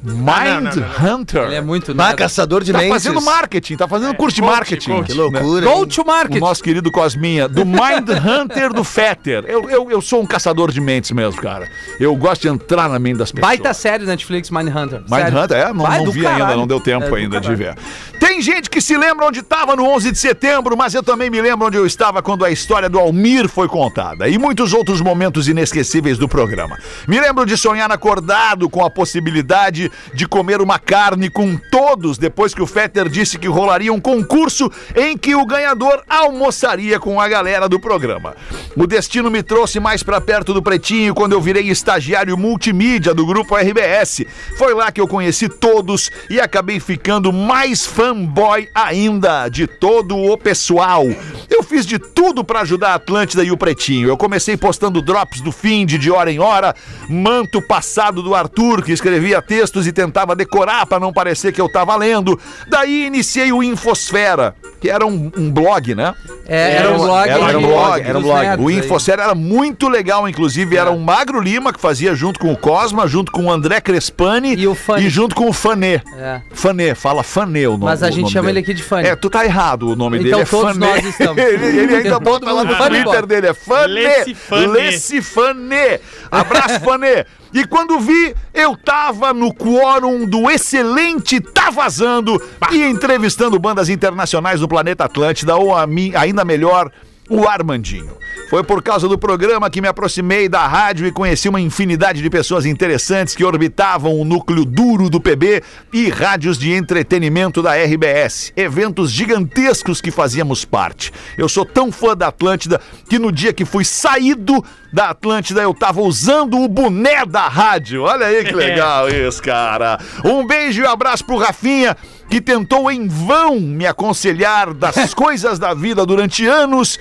Mind Hunter.
Ele é muito
Bah,
nada.
caçador de
Tá
mentes.
fazendo marketing, tá fazendo curso de
coach,
marketing.
coach.
Que
Né?
loucura. hein?
Go to
O
market.
nosso querido Cosminha, do Mind Hunter do Fetter. Eu, eu, eu sou um caçador de mentes mesmo, cara. Eu gosto de entrar na mente das pessoas.
Baita série Netflix, Mindhunter. sério.
Mindhunter, é? Não,
Vai
não
do
vi
caralho.
ainda, não deu
É
tempo
do
ainda de
caralho.
ver. Tem gente que se lembra onde estava no 11 de setembro, mas eu também me lembro onde eu estava quando a história do Almir foi contada e muitos outros momentos inesquecíveis do programa. Me lembro de sonhar acordado com a possibilidade de comer uma carne com todos depois que o Fetter disse que rolaria um concurso em que o ganhador almoçaria com a galera do programa. O destino me trouxe mais pra perto do Pretinho quando eu virei estagiário multimídia do grupo RBS. Foi lá que eu conheci todos e acabei ficando mais fanboy ainda de todo o pessoal. Eu fiz de tudo pra ajudar a Atlântida e o Pretinho. Eu comecei postando drops do fim de de hora em hora, manto passado do Arthur que escrevia textos e tentava decorar pra não parecer que eu tava lendo. Daí iniciei o Infosfera, que era um, um blog, né?
É, era um blog.
Era um
dos
blog, era um blog.
netos É.
O
aí.
Infocera era muito legal, inclusive. Era um Magro Lima que fazia junto com o Cosma, junto com o André Crespani
E o Fanê.
junto com o Fanê.
É.
Fanê, fala Fanê o nome
Mas a
o
gente
nome
chama
dele.
ele aqui de Fanê.
É, tu tá errado o nome
Então
dele. É
todos
Fanê.
nós estamos.
ele, ele ainda
Todo
bota lá
mundo
no
Fanê.
Twitter dele. É Fanê.
Lesse Fanê.
Lesse Fanê. Abraço, Fanê. E quando vi, eu tava no quórum do excelente Tá Vazando e entrevistando bandas internacionais do planeta Atlântida, ou a mim, ainda melhor, o Armandinho. Foi por causa do programa que me aproximei da rádio e conheci uma infinidade de pessoas interessantes que orbitavam o núcleo duro do PB e rádios de entretenimento da RBS, eventos gigantescos que fazíamos parte. Eu sou tão fã da Atlântida que no dia que fui saído da Atlântida eu tava usando o boné da rádio. Olha aí que legal isso, cara. Um beijo e um abraço pro Rafinha que tentou em vão me aconselhar das coisas da vida durante anos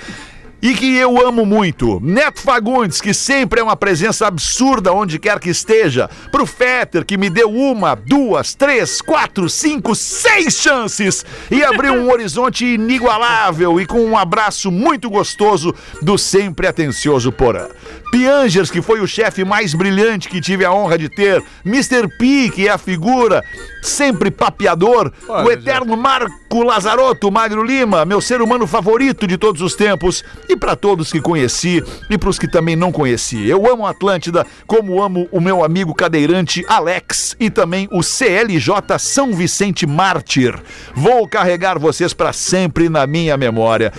e que eu amo muito. Neto Fagundes, que sempre é uma presença absurda onde quer que esteja. Pro Fetter, que me deu uma, duas, três, quatro, cinco, seis chances e abriu um horizonte inigualável e com um abraço muito gostoso do sempre atencioso Porã. Piangers, que foi o chefe mais brilhante que tive a honra de ter. Mr. P, que é a figura sempre papeador. o eterno Marco Lazarotto, Magro Lima, meu ser humano favorito de todos os tempos. E para todos que conheci e para os que também não conheci. Eu amo a Atlântida, como amo o meu amigo cadeirante Alex e também o CLJ São Vicente Mártir. Vou carregar vocês para sempre na minha memória.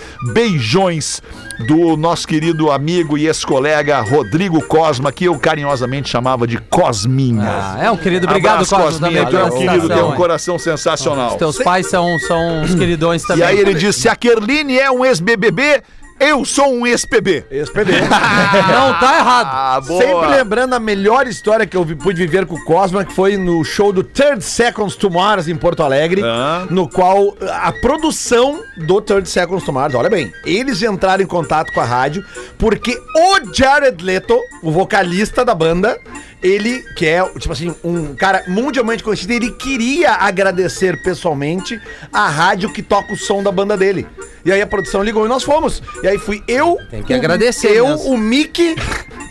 Beijões do nosso querido amigo e ex-colega Rodrigo Cosma, que eu carinhosamente chamava de Cosminha.
Ah, é um querido, obrigado,
Abraço,
Cosmo.
Cosminha.
Também
Tu é um
pela
querido, tem um
citação, hein?
coração sensacional.
Os teus pais são, são os queridões também.
E aí ele diz: se a Kerline é um ex-BBB, eu sou um ex-PB.
SPD.
Não, tá errado.
Ah, boa.
Sempre lembrando a melhor história que eu vi- pude viver com o Cosma, que foi no show do Third Seconds to Mars em Porto Alegre,
Ah.
no qual a produção do Third Seconds to Mars, olha bem, eles entraram em contato com a rádio porque o Jared Leto, o vocalista da banda, ele, que é, tipo assim, um cara mundialmente conhecido, ele queria agradecer pessoalmente a rádio que toca o som da banda dele. E aí a produção ligou e nós fomos. E aí fui eu,
Tem que agradecer
eu,
mesmo.
o Mickey,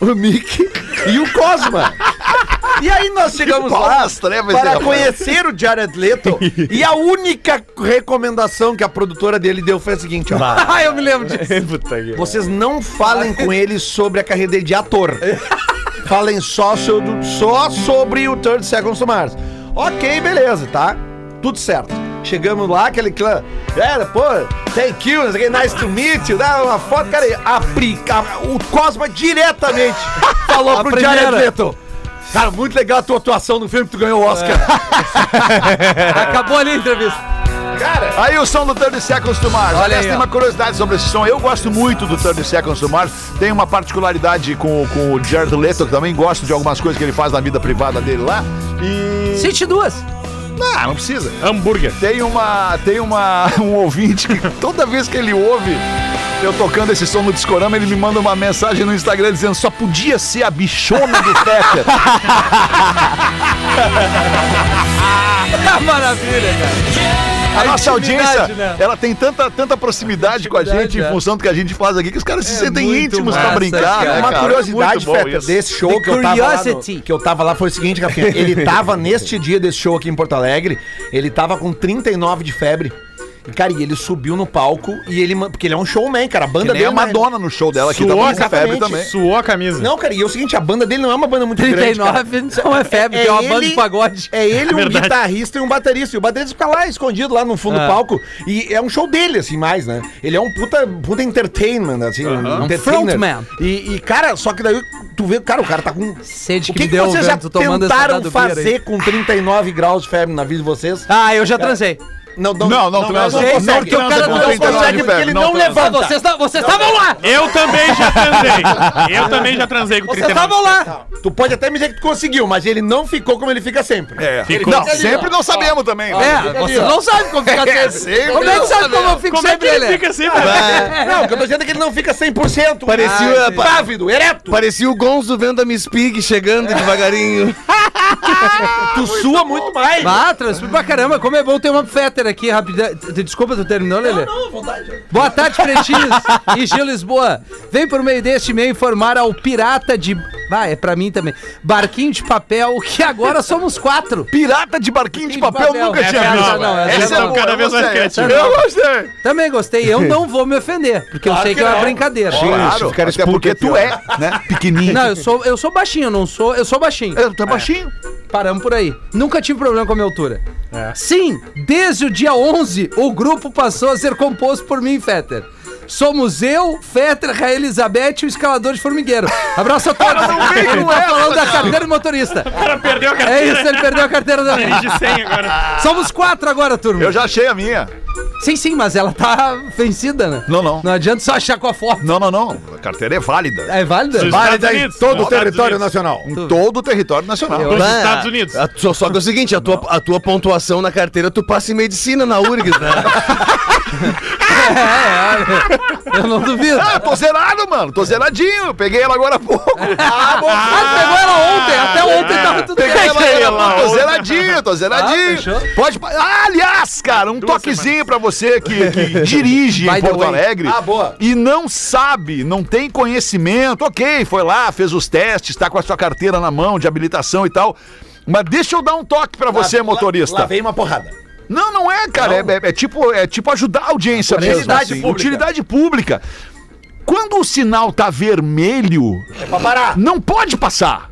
o Mickey e o Cosma. E aí nós chegamos lá
bosta, né, mas é,
para
mano?
conhecer o Jared Leto e a única recomendação que a produtora dele deu foi a seguinte, ó.
Ah, eu me lembro disso.
Vocês não falem com ele sobre a carreira dele de ator. falem só sobre, só sobre o Third Seconds to Mars. Ok, beleza, tá? Tudo certo. Chegamos lá, aquele clã. É, pô, thank you, não sei o que, nice to meet you. Dá uma foto, cara. e A, pri- a- o Cosma diretamente falou
A
pro
primeira.
Jared Leto. Cara, muito legal a tua atuação no filme que tu ganhou o Oscar.
Acabou ali a entrevista.
Aí o som do 30 Seconds to Mars.
Olha
Aliás,
aí,
tem
ó.
uma curiosidade sobre esse som. Eu gosto muito do 30 Seconds to Mars. Tem uma particularidade com, com o Jared Leto, que também gosto de algumas coisas que ele faz na vida privada dele lá. E...
Cite duas.
Ah, não precisa.
Hambúrguer.
Tem uma, tem uma, um ouvinte que toda vez que ele ouve eu tocando esse som no discorama, ele me manda uma mensagem no Instagram dizendo só podia ser a bichona do Peter.
Ah, Maravilha, cara. É
A nossa
intimidade,
audiência,
é
né?
ela tem tanta, tanta proximidade com a gente em
é.
função do que a gente faz aqui que os caras se sentem
muito
íntimos pra
massa,
brincar.
cara.
né,
Uma
cara? Muito
curiosidade,
bom
Feta,
isso.
desse show
The
que eu, tava lá no-
curiosity.
que eu tava lá foi o seguinte, Rafinha. Ele tava neste dia desse show aqui em Porto Alegre, ele tava com 39 de febre. E, cara, e ele subiu no palco e ele. man- Porque ele é um showman, cara. A banda
Que
dele.
nem a
não é-
Madonna no show dela, que
Suou
tava
a
com
camisa.
febre também.
Suou a camisa.
Não, cara, e é o seguinte, a banda dele não é uma banda muito grande. cara.
39 não é febre,
É
tem uma banda
ele-
de pagode.
É ele, um
verdade.
guitarrista e um baterista. E o baterista fica lá escondido, lá no fundo
Ah.
do palco. E é um show dele, assim, mais, né? Ele é um puta, puta entertainment, assim. Um entertainer.
frontman.
E, e, cara, só que daí tu vê, cara, o cara tá com.
Sede
o
que
que,
me
que
deu um o
vocês já
vento tomando essa
tentaram
dado beer aí.
fazer com 39 graus de febre na vida de vocês?
Ah, eu já
É.
transei.
Não,
Não, não, tu não
não,
sei,
consegue.
porque o cara
Não
não
consegue,
consegue,
porque ele
não
não,
transa.
levanta.
Vocês não- vocês estavam lá!
Eu também já transei. Eu também já transei com
Vocês
39.
estavam lá!
Tu pode até me dizer que tu conseguiu, mas ele não ficou como ele fica sempre.
É.
Ficou- assim,
Não, sempre não sabemos também. né?
É, vocês não sabem como fica
É,
sempre.
sempre
Como é que
não
sabe como eu fico
Como é que
sempre,
ele
Lelê?
fica sempre?
Não, o que eu tô dizendo é que ele não fica 100%.
Parecia-
Ah, pávido, ereto.
Parecia o Gonzo vendo a Miss Pig chegando devagarinho.
Tu sua muito mais.
Ah, transpiro pra caramba. Como é bom ter uma Fetter aqui, rapidão. Desculpa, tu terminou, Lelê? Boa tarde, pretinhos e Gil Lisboa. Vem por meio deste e-mail informar ao pirata de... Ah, é pra mim também. Barquinho de papel, que agora somos quatro.
Pirata de barquinho de papel, nunca
Essa
tinha
não,
visto.
não, essa
Essa é
não.
boa,
Cada
eu
vez mais
gostei, essa
criativa.
Eu gostei.
Também gostei. Eu não vou me ofender, porque eu sei que, é uma brincadeira.
Claro,
ficar
até
expulso
porque
aqui,
tu
ó.
é, né? Pequenininho.
Não, eu sou, eu sou baixinho, eu não sou... Eu sou baixinho.
Eu- Tu é baixinho.
Paramos por aí. Nunca tive problema com a minha altura.
É.
Sim, desde o dia 11, o grupo passou a ser composto por mim, Fetter. Somos eu, Fetter, Rael Elizabeth e o escalador de formigueiro. Abraço a todos. Ele tá falando da carteira do motorista.
O cara perdeu a
É
carteira. É
isso, ele perdeu a carteira da
Dirige 100 agora.
Somos quatro agora, turma.
Eu já achei a minha.
Sim, sim, mas ela tá vencida, né?
Não, não.
Não adianta só achar com a foto.
Não, não, não. A carteira é válida.
É válida?
Sim.
Várias
Estados
aí,
Unidos.
todo o
Estados
território
Unidos.
nacional.
Em todo o território nacional.
Dos Estados Unidos.
A- só, só que é o seguinte, a tua, a tua pontuação na carteira, tu passa em medicina na URGS, né?
É, é, eu não duvido.
Ah, eu tô zerado, mano. Tô zeradinho. Eu peguei ela agora há pouco. Tá É.
Ah, pegou ela ontem, até ontem tava tudo
Peguei ela
bem.
agora há pouco. Tô zeradinho, tô zeradinho.
Ah, fechou.
Pode. pa- Ah, aliás, cara, um toquezinho pra você que, que dirige
By
em
the
Porto
way.
Alegre
Ah, boa.
e não sabe, não tem conhecimento. Ok, foi lá, fez os testes, tá com a sua carteira na mão de habilitação e tal. Mas deixa eu dar um toque pra você,
Lá-
motorista.
Lá, lá vem uma porrada.
Não, não é, cara. É, é- é tipo, é tipo ajudar a audiência mesmo.
Utilidade
assim.
pública.
Utilidade pública. Quando o sinal tá vermelho,
É pra parar.
não pode passar.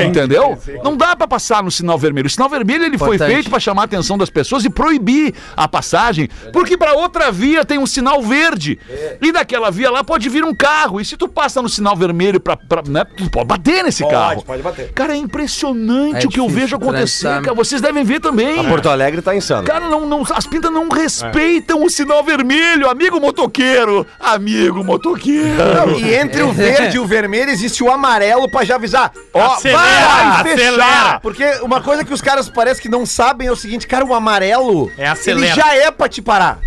Entendeu? Não dá pra passar no sinal vermelho. O sinal vermelho ele foi
Importante.
feito pra chamar a atenção das pessoas e proibir a passagem, porque pra outra via tem um sinal verde.
É.
E daquela via lá pode vir um carro. E se tu passa no sinal vermelho pra, pra- né, tu pode bater nesse carro.
pode bater.
Cara, é impressionante
É
o que eu
difícil,
vejo acontecer,
trânsito,
cara. Vocês devem ver também.
Porto Alegre tá insano.
Cara, não, não- as pintas não respeitam o sinal vermelho, amigo motoqueiro. Amigo motoqueiro.
Não, e entre o verde e o vermelho existe o amarelo pra já avisar. Ó,
Acelera,
vai
acelera.
fechar! Porque uma coisa que os caras parece que não sabem é o seguinte, cara, o amarelo,
É acelera.
ele já é pra te parar.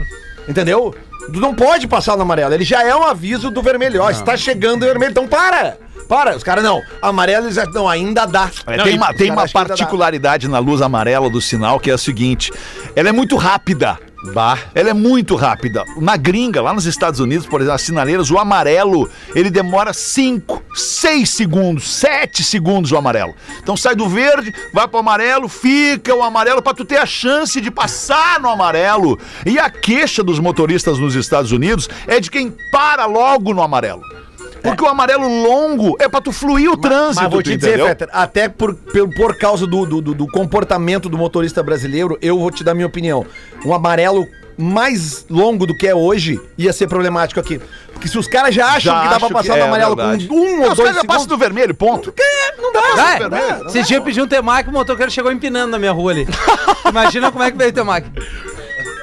Entendeu? Tu não pode passar no amarelo, ele já é um aviso do vermelho. Ó, está chegando o vermelho, então para! Para, os caras não. Amarelo eles já não, ainda dá.
É,
Não,
tem
e-
uma, tem
cara,
uma
acho que ainda dá.
particularidade na luz amarela do sinal que é a seguinte: ela é muito rápida. Bah. Ela é muito rápida. Na gringa, lá nos Estados Unidos, por exemplo, as sinaleiras, o amarelo, ele demora 5, 6 segundos, 7 segundos o amarelo. Então sai do verde, vai pro amarelo, fica o amarelo pra tu ter a chance de passar no amarelo. E a queixa dos motoristas nos Estados Unidos é de quem para logo no amarelo. Porque o amarelo longo é pra tu fluir o trânsito,
É. Mas vou
tu
te dizer,
entendeu?
Peter, até por, pelo- por, causa do, do- do- do comportamento do motorista brasileiro, eu vou te dar minha opinião. Um amarelo mais longo do que é hoje ia ser problemático aqui. Porque se os caras já acham
Já
que dá
acho
pra
que
passar
é
no amarelo
verdade.
com um ou
Os caras
dois
já
segundos...
passam do vermelho, ponto.
É, não dá,
Vai,
não dá, não
Esse
dá.
dia eu pedi um temac, o motoqueiro chegou empinando na minha rua ali. Imagina como é que veio o temac.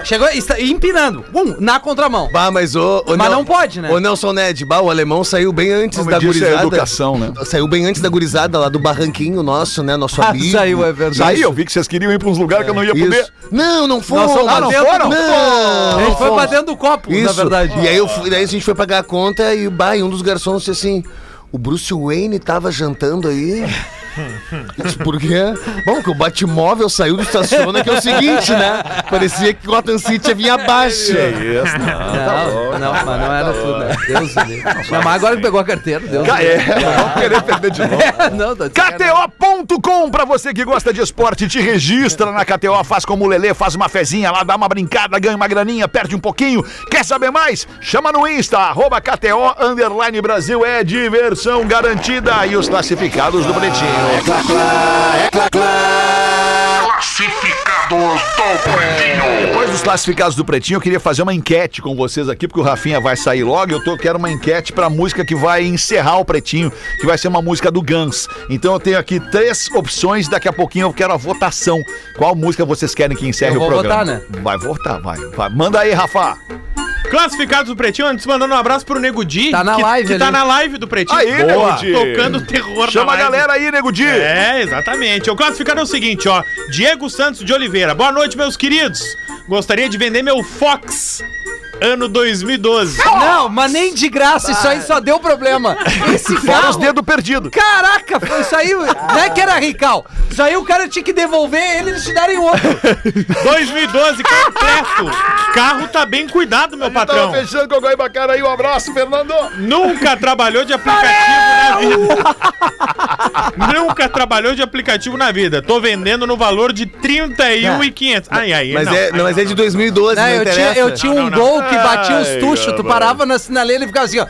Chegou está- empinando, um, na contramão.
Bah, mas o,
Mas não pode, né?
O Nelson Ned, bah, o alemão saiu bem antes
Não, mas
da
isso é
gurizada.
educação, né?
Saiu bem antes da gurizada lá do barranquinho nosso, né? Nosso
Ah,
amigo.
saiu, é verdade.
Daí eu vi que vocês queriam ir pra uns lugares que eu não ia
Isso.
poder.
Não, não foram.
Nós fomos
Ah,
pra
não
dentro,
foram?
não.
Não,
A gente foi
fomos.
pra dentro do copo,
Isso.
na verdade.
E aí, eu fui- daí a gente foi pagar a conta e bah, e um dos garçons disse assim: o Bruce Wayne tava jantando aí. Eu disse, Por quê? Bom, que o Batmóvel saiu do estaciona, que é o seguinte, né? Parecia que Gotham City ia vir abaixo.
É Isso, não.
Não, não, mas não era tudo, né? Deus do livro. Não, mas agora que pegou a carteira, Deus do
Ca- É, vamos querer perder de novo.
livro. Não, tá de sacanagem.
KTO.com, pra você que gosta de esporte, te registra na KTO, faz como o Lelê, faz uma fezinha lá, dá uma brincada, ganha uma graninha, perde um pouquinho. Quer saber mais? Chama no Insta, arroba KTO, underline Brasil, é diversão garantida. E os classificados do boletim. Depois dos classificados do Pretinho, eu queria fazer uma enquete com vocês aqui, porque o Rafinha vai sair logo. Eu tô, quero uma enquete pra música que vai encerrar o Pretinho, que vai ser uma música do Guns. Então eu tenho aqui três opções. Daqui a pouquinho eu quero a votação. Qual música vocês querem que encerre
Eu
o
vou
programa?
votar, né?
Vai votar, vai, vai. Manda aí, Rafa.
Classificados do Pretinho, antes mandando um abraço pro Nego Di.
Tá na
que,
live
que tá
ali.
na live do Pretinho.
Aí, Nego Di.
Tocando terror
Chama a
na live.
galera aí, Nego Di.
É, exatamente. O classificado é o seguinte, ó. Diego Santos de Oliveira. Boa noite, meus queridos. Gostaria de vender meu Fox ano 2012.
Não, mas nem de graça, isso aí só deu problema. Esse
Fora os
carro...
dedos perdidos.
Caraca, foi isso aí. Não é que era rical. Isso aí o cara tinha que devolver ele e eles te darem outro.
2012 completo. é um Carro tá bem cuidado, meu patrão.
fechando com o bacana aí. Um abraço, Fernando.
Nunca trabalhou de aplicativo na vida. Nunca trabalhou de aplicativo na vida. Tô vendendo no valor de 31,500. Ai, ai,
Mas, é, não,
ai,
mas é de 2012,
Não,
não,
eu, tinha,
interessa.
eu tinha
Não,
um
não,
gol que batia os
Ai,
tuchos, tu
cara.
parava na sinaleira e ficava assim, ó.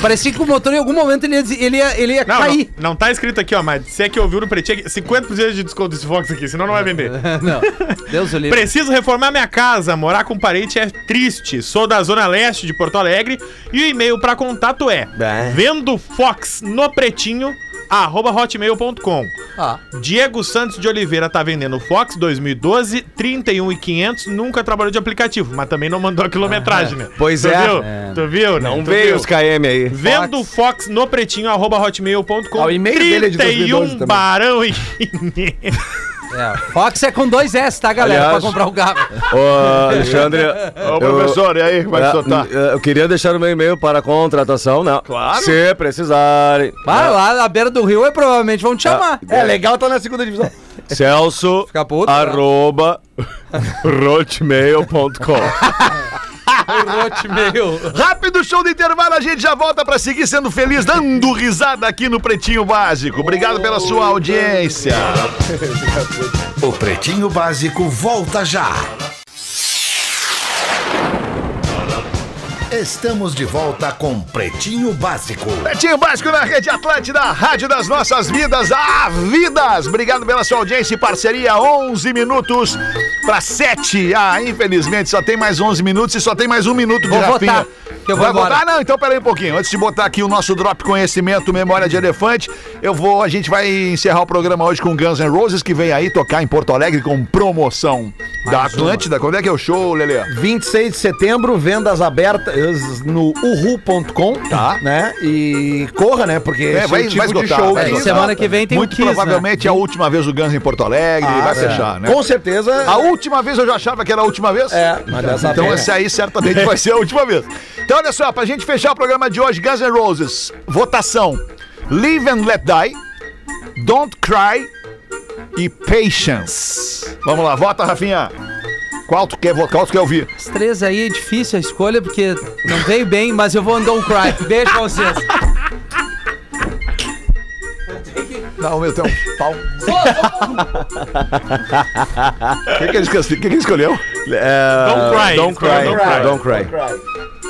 Parecia que o motor em algum momento ele ia, des- ele ia, ele ia
Não, não,
cair.
não tá escrito aqui, ó, mas se é que ouviu no pretinho, 50% de desconto desse Fox aqui, senão não vai vender.
Não, Deus o livre.
Preciso reformar minha casa, morar com parente é triste. Sou da Zona Leste de Porto Alegre e o e-mail pra contato é vendo Fox no pretinho arroba hotmail.com
Ah.
Diego Santos de Oliveira tá vendendo Fox 2012, 31,500, nunca trabalhou de aplicativo, mas também não mandou a quilometragem, né?
Pois
tu
é.
Viu?
É.
Tu viu? né?
Não
Tu
veio
viu?
os KM aí.
Vendo Fox no pretinho, arroba hotmail.com.
Ah, o e-mail dele é de 2012 também.
barão e um quinhentos.
É, Fox é com dois S, tá, galera?
Aliás-
pra comprar o carro.
Ô, Alexandre. hum,
Ô, professor, e aí? Como é que o senhor tá?
Eu, eu queria deixar o meu e-mail para contratação, né?
Claro.
Se precisarem.
Vai lá na beira do rio e provavelmente vão te
Ah.
chamar.
É legal tá na segunda divisão.
Celso
Fica puto, né?
arroba hotmail.com.
Rápido show de intervalo, a gente já volta pra seguir sendo feliz, dando risada aqui no Pretinho Básico. Obrigado pela sua audiência.
O Pretinho Básico volta já. Estamos de volta com Pretinho Básico.
Pretinho Básico na Rede Atlântida, a Rádio das Nossas Vidas, a Vidas. Obrigado pela sua audiência e parceria. 11 minutos pra 7. Ah, infelizmente só tem mais 11 minutos e só tem mais um minuto de
Vou
Rafinha.
votar, que eu vou
Vai
embora.
votar? Não, então peraí um pouquinho. Antes de botar aqui o nosso drop conhecimento Memória de Elefante, eu vou, a gente vai encerrar o programa hoje com Guns N' Roses que vem aí tocar em Porto Alegre com promoção da Atlântida. Quando é que é o show, Lelê?
26 de setembro, vendas abertas no uhu.com,
Tá.
né? E corra, né? Porque
É, vai- vai esgotar, vai
que-
esgotar.
Semana que vem tem
Muito
o Kiss, né?
provavelmente é a última vez o Guns em Porto Alegre, vai fechar, né?
Ah, é. Com certeza.
A última vez eu já achava que era a última vez.
É, mas dessa
Então
vez-
essa aí certamente vai ser a última vez. Então olha só, pra gente fechar o programa de hoje, Guns N' Roses, votação. Live and Let Die, Don't Cry e Patience. Vamos lá, vota, Rafinha. Qual tu quer votar? Qual tu quer ouvir?
Os três aí é difícil a escolha, porque não veio bem, mas eu vou andar um cry. Beijo pra vocês.
Não, meu, tem um pau. O que, que, ele escolheu? O que que ele escolheu?
Don't cry.
É, Don't cry.
Don't cry.
Don't cry.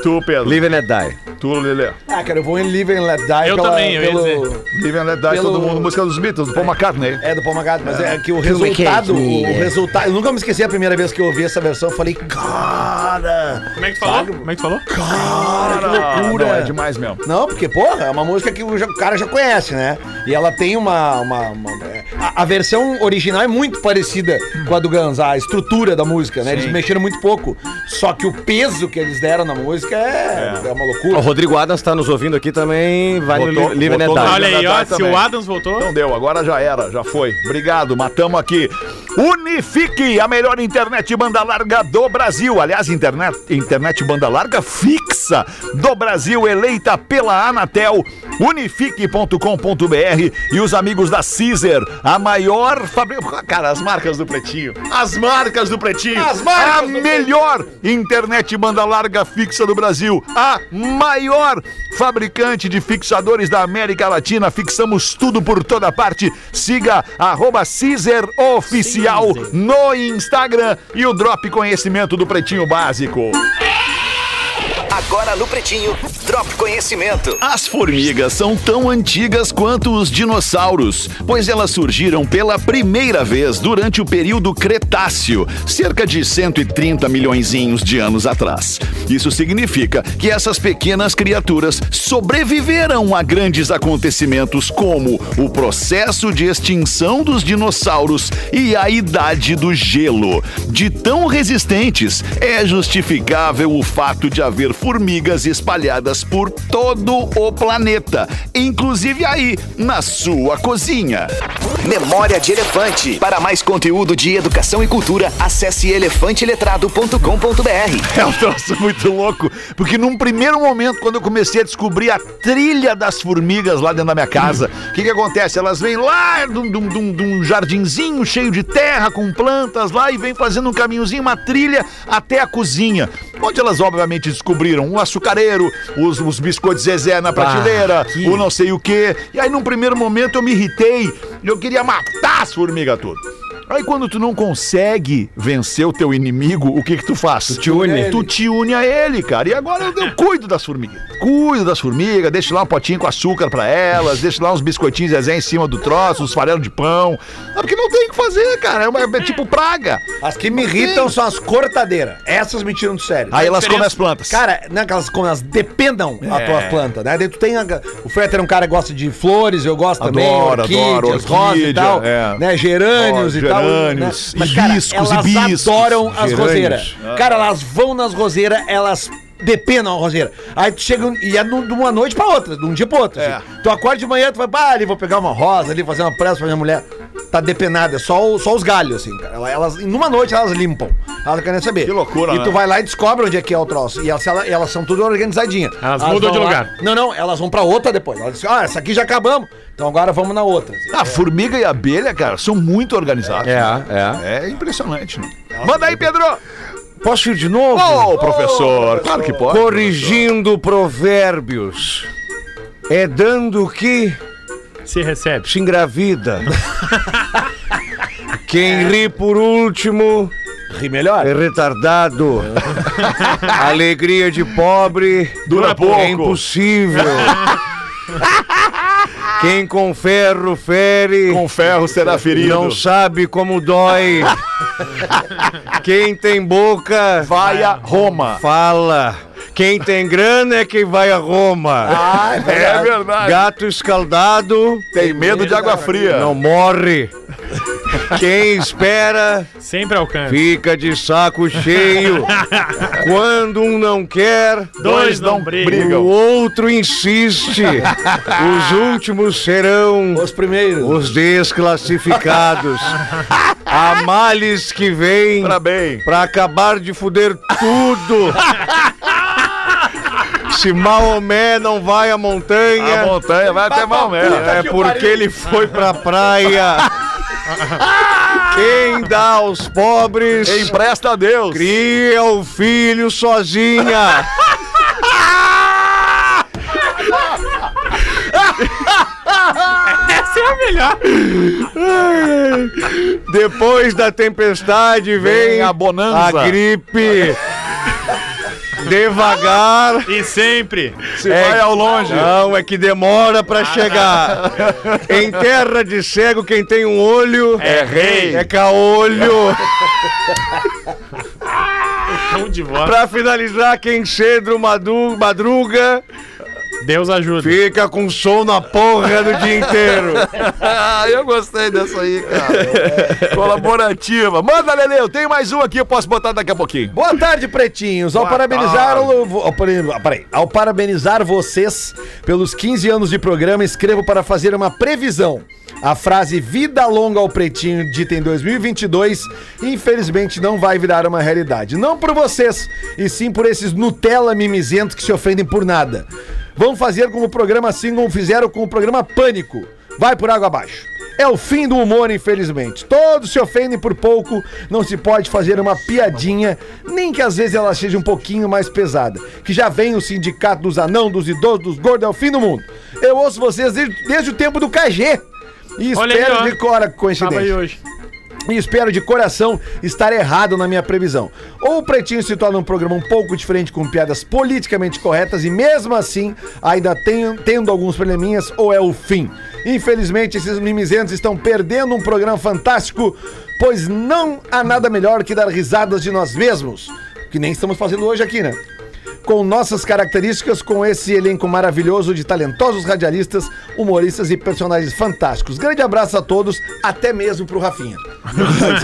Tu, Pedro.
Live and let die.
Tu, Lelê.
Ah, cara, eu vou em Live and Let Die.
Eu também, eu ia dizer.
Live and Let Die,
Pelo-
todo mundo. Música dos Beatles, do Paul McCartney.
É do Paul McCartney, mas
Ah,
é, que o resultado, o,
é.
o resultado, eu nunca me esqueci a primeira vez que eu ouvi essa versão, eu falei,
Ah,
cara,
Como é que tu falou? Como é que tu falou?
cara, que loucura.
Não, é demais mesmo.
Não, porque, porra, é uma música que o ja- o cara já conhece, né? E ela tem uma. uma- uma- é, a, a versão original é muito parecida com a do Guns, a estrutura da música, né? Eles mexeram muito pouco. Só que o peso que eles deram na música é, é uma
O
loucura.
Rodrigo Adams está nos ouvindo aqui também. Vai
Botou-
no Li- Live and let
botou
die.
na-
Olha aí, ó, se
Também.
o Adams voltou...
Não Então deu, agora já era, já foi. Obrigado, matamos aqui. Unifique, a melhor internet banda larga do Brasil. Aliás, internet, internet banda larga fixa do Brasil, eleita pela Anatel, unifique.com.br e os amigos da Caesar, a maior fábrica. Cara, as marcas do Pretinho. As marcas do Pretinho.
As marcas
A
do Pretinho.
melhor internet banda larga fixa do Brasil, a maior fabricante de fixadores da América Latina. Fixamos tudo por toda parte. Siga arroba Cizer Oficial no Instagram e o Drop Conhecimento do Pretinho Básico.
Agora no Pretinho, Drop Conhecimento.
As formigas são tão antigas quanto os dinossauros, pois elas surgiram pela primeira vez durante o período Cretáceo, cerca de 130 milhõeszinhos de anos atrás. Isso significa que essas pequenas criaturas sobreviveram a grandes acontecimentos como o processo de extinção dos dinossauros e a idade do gelo. De tão resistentes, é justificável o fato de haver formigas espalhadas por todo o planeta, inclusive aí na sua cozinha.
Memória de Elefante. Para mais conteúdo de educação e cultura, acesse elefanteletrado.com.br.
É um troço muito louco, porque num primeiro momento, quando eu comecei a descobrir a trilha das formigas lá dentro da minha casa, o que, que acontece? Elas vêm lá de um, de um- de um- de um jardinzinho cheio de terra, com plantas lá, e vêm fazendo um caminhozinho, uma trilha até a cozinha. Onde elas, obviamente, descobriram o açucareiro, os, os biscoitos Zezé na prateleira, o não sei o quê. E aí, num primeiro momento, eu me irritei, eu queria matar as formigas todas. Aí quando tu não consegue vencer o teu inimigo, o que que tu faz? Tu te une. Tu te une a ele, cara. E agora eu, eu cuido das formigas. Cuido das formigas, deixo lá um potinho com açúcar pra elas, deixo lá uns biscoitinhos Zezé em cima do troço, uns farelos de pão. Ah, porque não tem o que fazer, cara. É, uma- é tipo praga.
As que me irritam são as cortadeiras. Essas me tiram do sério.
Aí elas
diferença-
comem as plantas.
Cara, não é que elas, comem, elas dependam da
É.
tua planta, né? Daí tu tem. A, o Freter é um cara que gosta de flores, eu gosto
Adoro,
também.
adoro,
orquídeas, rosas e
orquídea,
tal.
é.
Né? Gerânios e tal.
Gerânios,
né? Mas, cara,
hibiscos,
elas
hibiscos,
adoram as
gerânios. Ah.
roseiras. Cara, elas vão nas roseiras, elas. Dependam a roseira. Aí tu chega e é no- de um uma noite
É.
pra outra, de um dia pra outro. assim. Tu acorda de manhã, tu vai, bah, ali vou pegar uma rosa, ali fazer uma pressa pra minha mulher. tá depenada, é só, o- só os galhos, assim, cara. Ela- Elas, numa noite elas limpam. Elas querem saber.
Que loucura,
E
né?
tu vai lá e descobre onde é que é o troço. E elas, ela- elas são tudo organizadinhas.
Elas mudam
vão
de
lá-
lugar.
Não, não, elas vão pra outra depois. Elas dizem, ah, essa aqui já acabamos. Então agora vamos na outra. assim.
Ah, formiga e abelha, cara, são muito organizados.
É, é.
É impressionante, né? Manda aí, Pedro!
Posso ir de novo?
Ô, professor! Claro que pode.
Corrigindo provérbios. É dando que
Se recebe.
se engravida. Quem ri por último
Ri melhor.
é retardado. Alegria de pobre
Dura pouco.
É impossível. Quem com ferro fere.
Com ferro será ferido.
Não sabe como dói. Quem tem boca
Vai a Roma.
fala. Quem tem grana é quem vai a Roma.
Ah, é verdade.
Gato escaldado
Tem medo de água fria.
não morre. Quem espera
Sempre alcança.
fica de saco cheio. Quando um não quer,
Dois não
o
brigam.
outro insiste. Os últimos serão
Os primeiros.
os desclassificados. Há males que vêm
Tá bem.
pra acabar de fuder tudo. Se Maomé não vai à montanha,
A montanha vai até mal mesmo.
é porque ele foi pra praia. Quem dá aos pobres,
Empresta a Deus.
cria o filho sozinha.
Essa é a melhor.
Depois da tempestade vem
Vem a bonanza.
a gripe. Devagar.
E sempre.
Se vai ao longe. Ah.
Não, é que demora pra chegar. Em terra de cego, quem tem um olho
É rei.
é caolho.
Tom de voz.
Pra finalizar, quem cedo madu- madruga
Deus ajuda.
fica com som na porra do dia inteiro.
Ah, eu gostei dessa aí, cara. Colaborativa. Manda, Lele, eu tenho mais um aqui, eu posso botar daqui a pouquinho.
Boa tarde, pretinhos. Ao parabenizar, o- vo- ao, pare- peraí. Ao parabenizar vocês pelos 15 anos de programa, escrevo para fazer uma previsão. A frase vida longa ao pretinho dita em 2022, infelizmente não vai virar uma realidade. Não por vocês, e sim por esses Nutella mimizentos que se ofendem por nada. Vão fazer com o programa assim como fizeram com o programa Pânico. Vai por água abaixo. É o fim do humor, infelizmente. Todos se ofendem por pouco, não se pode fazer uma piadinha, nem que às vezes ela seja um pouquinho mais pesada. Que já vem o sindicato dos anão, dos idosos, dos gordos, é o fim do mundo. Eu ouço vocês desde, desde o tempo do KG. E
Olha
espero
aí, ó.
de cora
Tava
coincidência.
aí hoje.
E espero de coração estar errado na minha previsão. Ou o Pretinho se torna um programa um pouco diferente com piadas politicamente corretas e mesmo assim ainda tem- tendo alguns probleminhas ou é o fim. Infelizmente esses mimizentos estão perdendo um programa fantástico, pois não há nada melhor que dar risadas de nós mesmos, que nem estamos fazendo hoje aqui, né? Com nossas características, com esse elenco maravilhoso de talentosos radialistas, humoristas e personagens fantásticos. Grande abraço a todos, até mesmo pro Rafinha.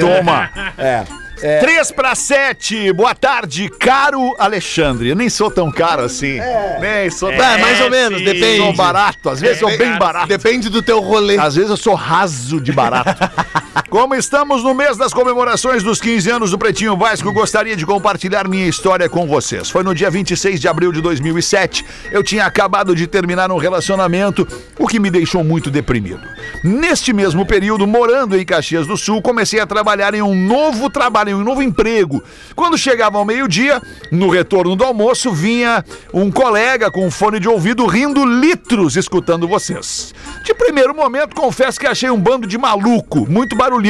Toma.
É. É,
3 para 7, boa tarde, caro Alexandre. Eu nem sou tão caro assim.
É.
Nem sou tão
Ah, mais ou menos,
sim.
depende. É,
Sou barato, às vezes sou bem barato.
Depende do teu rolê.
Às vezes eu sou raso de barato. Como estamos no mês das comemorações dos 15 anos do Pretinho Vasco, gostaria de compartilhar minha história com vocês. Foi no dia 26 de abril de 2007. Eu tinha acabado de terminar um relacionamento, o que me deixou muito deprimido. Neste mesmo período, morando em Caxias do Sul, comecei a trabalhar em um novo trabalho, em um novo emprego. Quando chegava ao meio-dia, no retorno do almoço, vinha um colega com um fone de ouvido rindo litros escutando vocês. De primeiro momento, confesso que achei um bando de maluco, muito barulhento.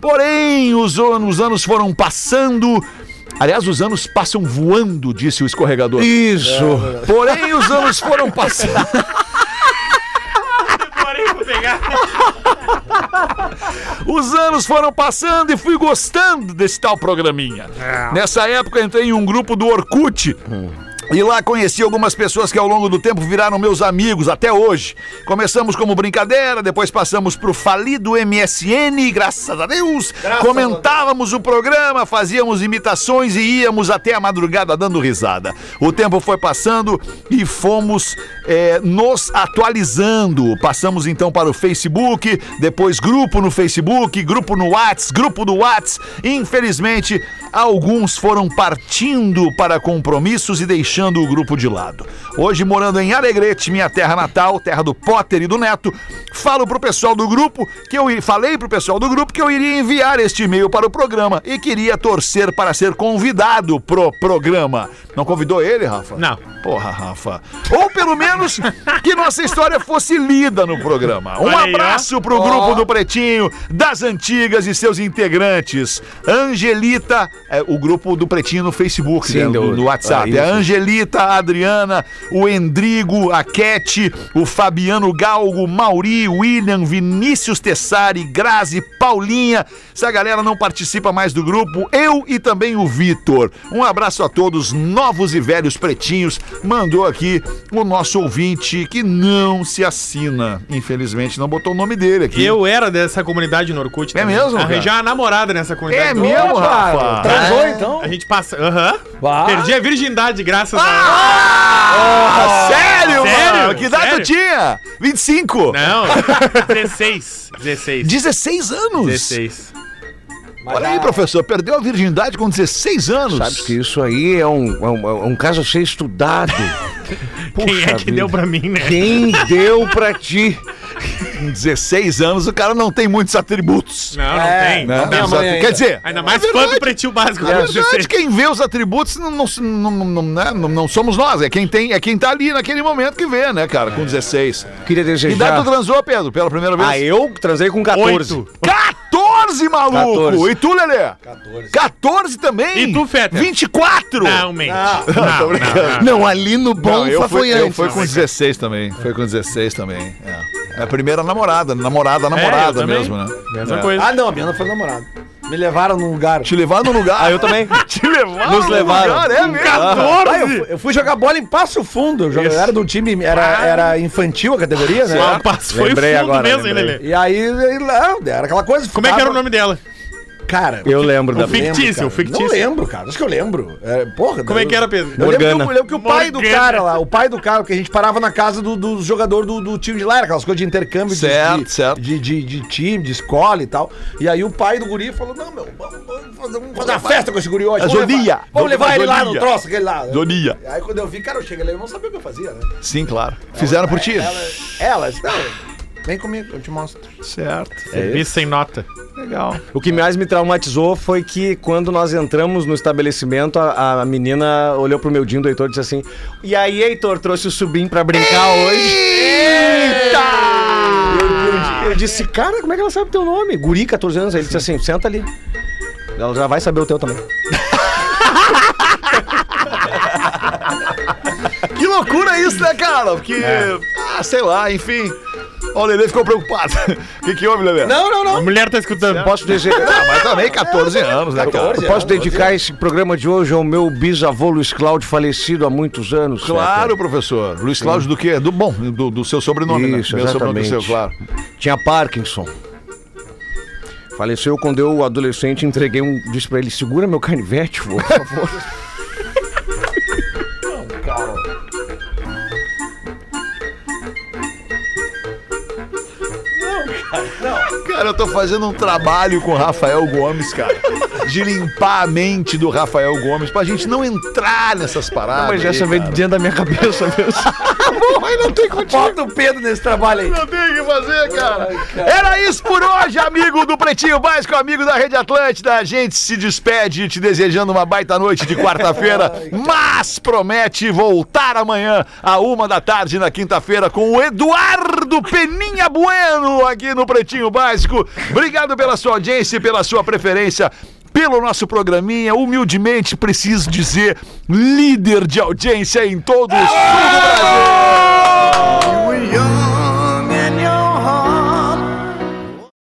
Porém, os anos, os anos foram passando. Aliás, os anos passam voando, disse o escorregador.
Isso.
É.
Porém, os anos foram passando.
Parei pra pegar.
Os anos foram passando e fui É. gostando desse tal programinha. Nessa época entrei em um grupo do Orkut. E lá conheci algumas pessoas que ao longo do tempo viraram meus amigos até hoje. Começamos como brincadeira, depois passamos pro falido MSN, graças a Deus. Comentávamos o programa, fazíamos imitações e íamos até a madrugada dando risada. O tempo foi passando e fomos eh, nos atualizando. Passamos então para o Facebook, depois grupo no Facebook, grupo no Whats, grupo do Whats. Infelizmente, alguns foram partindo para compromissos e deixando o grupo de lado. Hoje, morando em Alegrete, minha terra natal, terra do Potter e do Neto, falo pro pessoal do grupo que eu i- falei pro pessoal do grupo que eu iria enviar este e-mail para o programa e queria torcer para ser convidado pro programa. Não convidou ele, Rafa?
Não.
Porra, Rafa. Ou pelo menos que nossa história fosse lida no programa. Um
Olha aí, ó.
abraço pro grupo do Pretinho, das antigas e seus integrantes. Angelita, é, o grupo do Pretinho no Facebook,
Sim,
né,
do-
no, no WhatsApp.
ah,
é
isso.
a Angelita, a Adriana, o Endrigo, a Cat, o Fabiano Galgo, Mauri, William, Vinícius Tessari, Grazi, Paulinha. Essa galera não participa mais do grupo, eu e também o Vitor. Um abraço a todos, novos e velhos pretinhos. Mandou aqui o nosso ouvinte que não se assina. Infelizmente, não botou o nome dele aqui.
Eu era dessa comunidade no Orkut.
É mesmo, cara?
Arranjar uma namorada nessa comunidade.
É
do
mesmo,
Orkut.
Rafa?
Transou então?
A gente passa. Aham.
Bah.
Perdi a virgindade, graças
Ah, sério,
Sério?
mano? Que idade
Sério?
eu tinha? 25.
a. Não. 16. 16.
16 anos?
16.
Olha aí, professor, perdeu a virgindade com 16 anos.
Sabe que isso aí é um, é um, é um caso a ser estudado.
Quem é que deu pra mim, né?
Quem deu pra ti?
Com 16 anos o cara não tem muitos atributos.
Não, não tem.
né?
Não tem.
Exato. Quer dizer,
Ainda mais
é
fã do
verdade.
pretinho básico.
Na
né?
verdade, quem vê os atributos não, não, não, não, né? não- não somos nós, é quem tem, é quem tá ali naquele momento que vê, né, cara, com 16.
Queria
Que idade
desejar.
tu transou, Pedro, pela primeira vez?
Ah, eu transei com 14.
Oito.
14, maluco!
14.
E tu, Lelê? 14. 14 também?
E tu, Feta?
24!
Não, mente. Não, não, não.
Não, ali no bom
Não, eu fui,
foi
eu
antes.
fui com 16 também. Foi com 16 também. É. É a primeira namorada, namorada,
É, eu
namorada
também.
mesmo, né?
Mesma
É.
coisa.
Ah, não, a minha não foi namorada. Me levaram num lugar.
Te levar num lugar.
Ah, eu também.
Te levar
Nos
num
levaram.
lugar, é mesmo.
Ah, eu, fui, eu fui jogar bola em Passo Fundo. Eu, jogava- eu era de um time, era, era infantil a categoria, né?
Ah, o passo foi
Lembrei
fundo
agora,
mesmo, hein,
lembrei.
Lelê?
E aí, e lá, era aquela coisa.
Como é que
ficava-
era o nome dela?
Cara,
Eu lembro da
não lembro,
fictício,
cara.
fictício.
Não lembro, cara. Acho que eu lembro. É, porra,
Como é que era, Pedro?
Eu lembro, que, eu- eu lembro que o pai do
Morgana.
cara lá, o pai do cara, que a gente parava na casa do, do jogador do, do time de lá, era aquelas coisas de intercâmbio de-
Certo,
de,
certo.
De, de, de time, de escola e tal. E aí o pai do guri falou: Não, meu, vamos, vamos fazer, vamos fazer uma festa com esse guri hoje.
A
Vamos levar,
Zolia.
vamos levar ele lá
Zolia.
no troço, aquele lá.
Donia.
Aí quando eu vi, cara, eu cheguei lá, eu não sabia o que eu fazia, né?
Sim, claro. Fizeram por ti.
Ela, disse, não, vem comigo, eu te mostro.
Certo.
Serviço sem nota.
Legal.
O que mais me traumatizou foi que quando nós entramos no estabelecimento, a, a menina olhou pro meu dindo, Heitor, e disse assim: E aí, Heitor, trouxe o Subim pra brincar hoje? Eu, eu disse, cara, como é que ela sabe teu nome? Guri, 14 anos. Aí ele disse assim: senta ali. Ela já vai saber o teu também.
Que loucura isso, né, cara? Porque.
É.
Ah, sei lá, enfim. Ó, o Lelê ficou preocupado. O que, que houve, Lelê?
Não, não,
A
não.
mulher tá escutando.
Posso dizer.
Ah, mas também 14 anos, né, cara?
Eu posso dedicar esse programa de hoje ao meu bisavô Luiz Cláudio, falecido há muitos anos.
Claro, professor. Luiz Cláudio do quê? Do bom, do, do seu sobrenome,
Isso,
né? Meu sobrenome do seu,
exatamente.
claro.
Fetter. Tinha Parkinson. Faleceu quando eu, adolescente, entreguei um. Disse pra ele: segura meu canivete, vô, por favor.
Cara, eu tô fazendo um trabalho com o Rafael Gomes, cara. De limpar a mente do Rafael Gomes pra gente não entrar nessas paradas.
Mas essa
aí,
veio de
cara.
dentro da minha cabeça mesmo.
Bom, aí não tem contigo.
Bota o Pedro nesse trabalho aí.
Não tem o que fazer, cara. Era isso por hoje, amigo do Pretinho Básico, amigo da Rede Atlântida. A gente se despede te desejando uma baita noite de quarta-feira, mas promete voltar amanhã, à uma da tarde, na quinta-feira, com o Eduardo Peninha Bueno, aqui no Pretinho Básico. Obrigado pela sua audiência e pela sua preferência. Pelo nosso programinha, humildemente preciso dizer, líder de audiência em todo o sul do Brasil.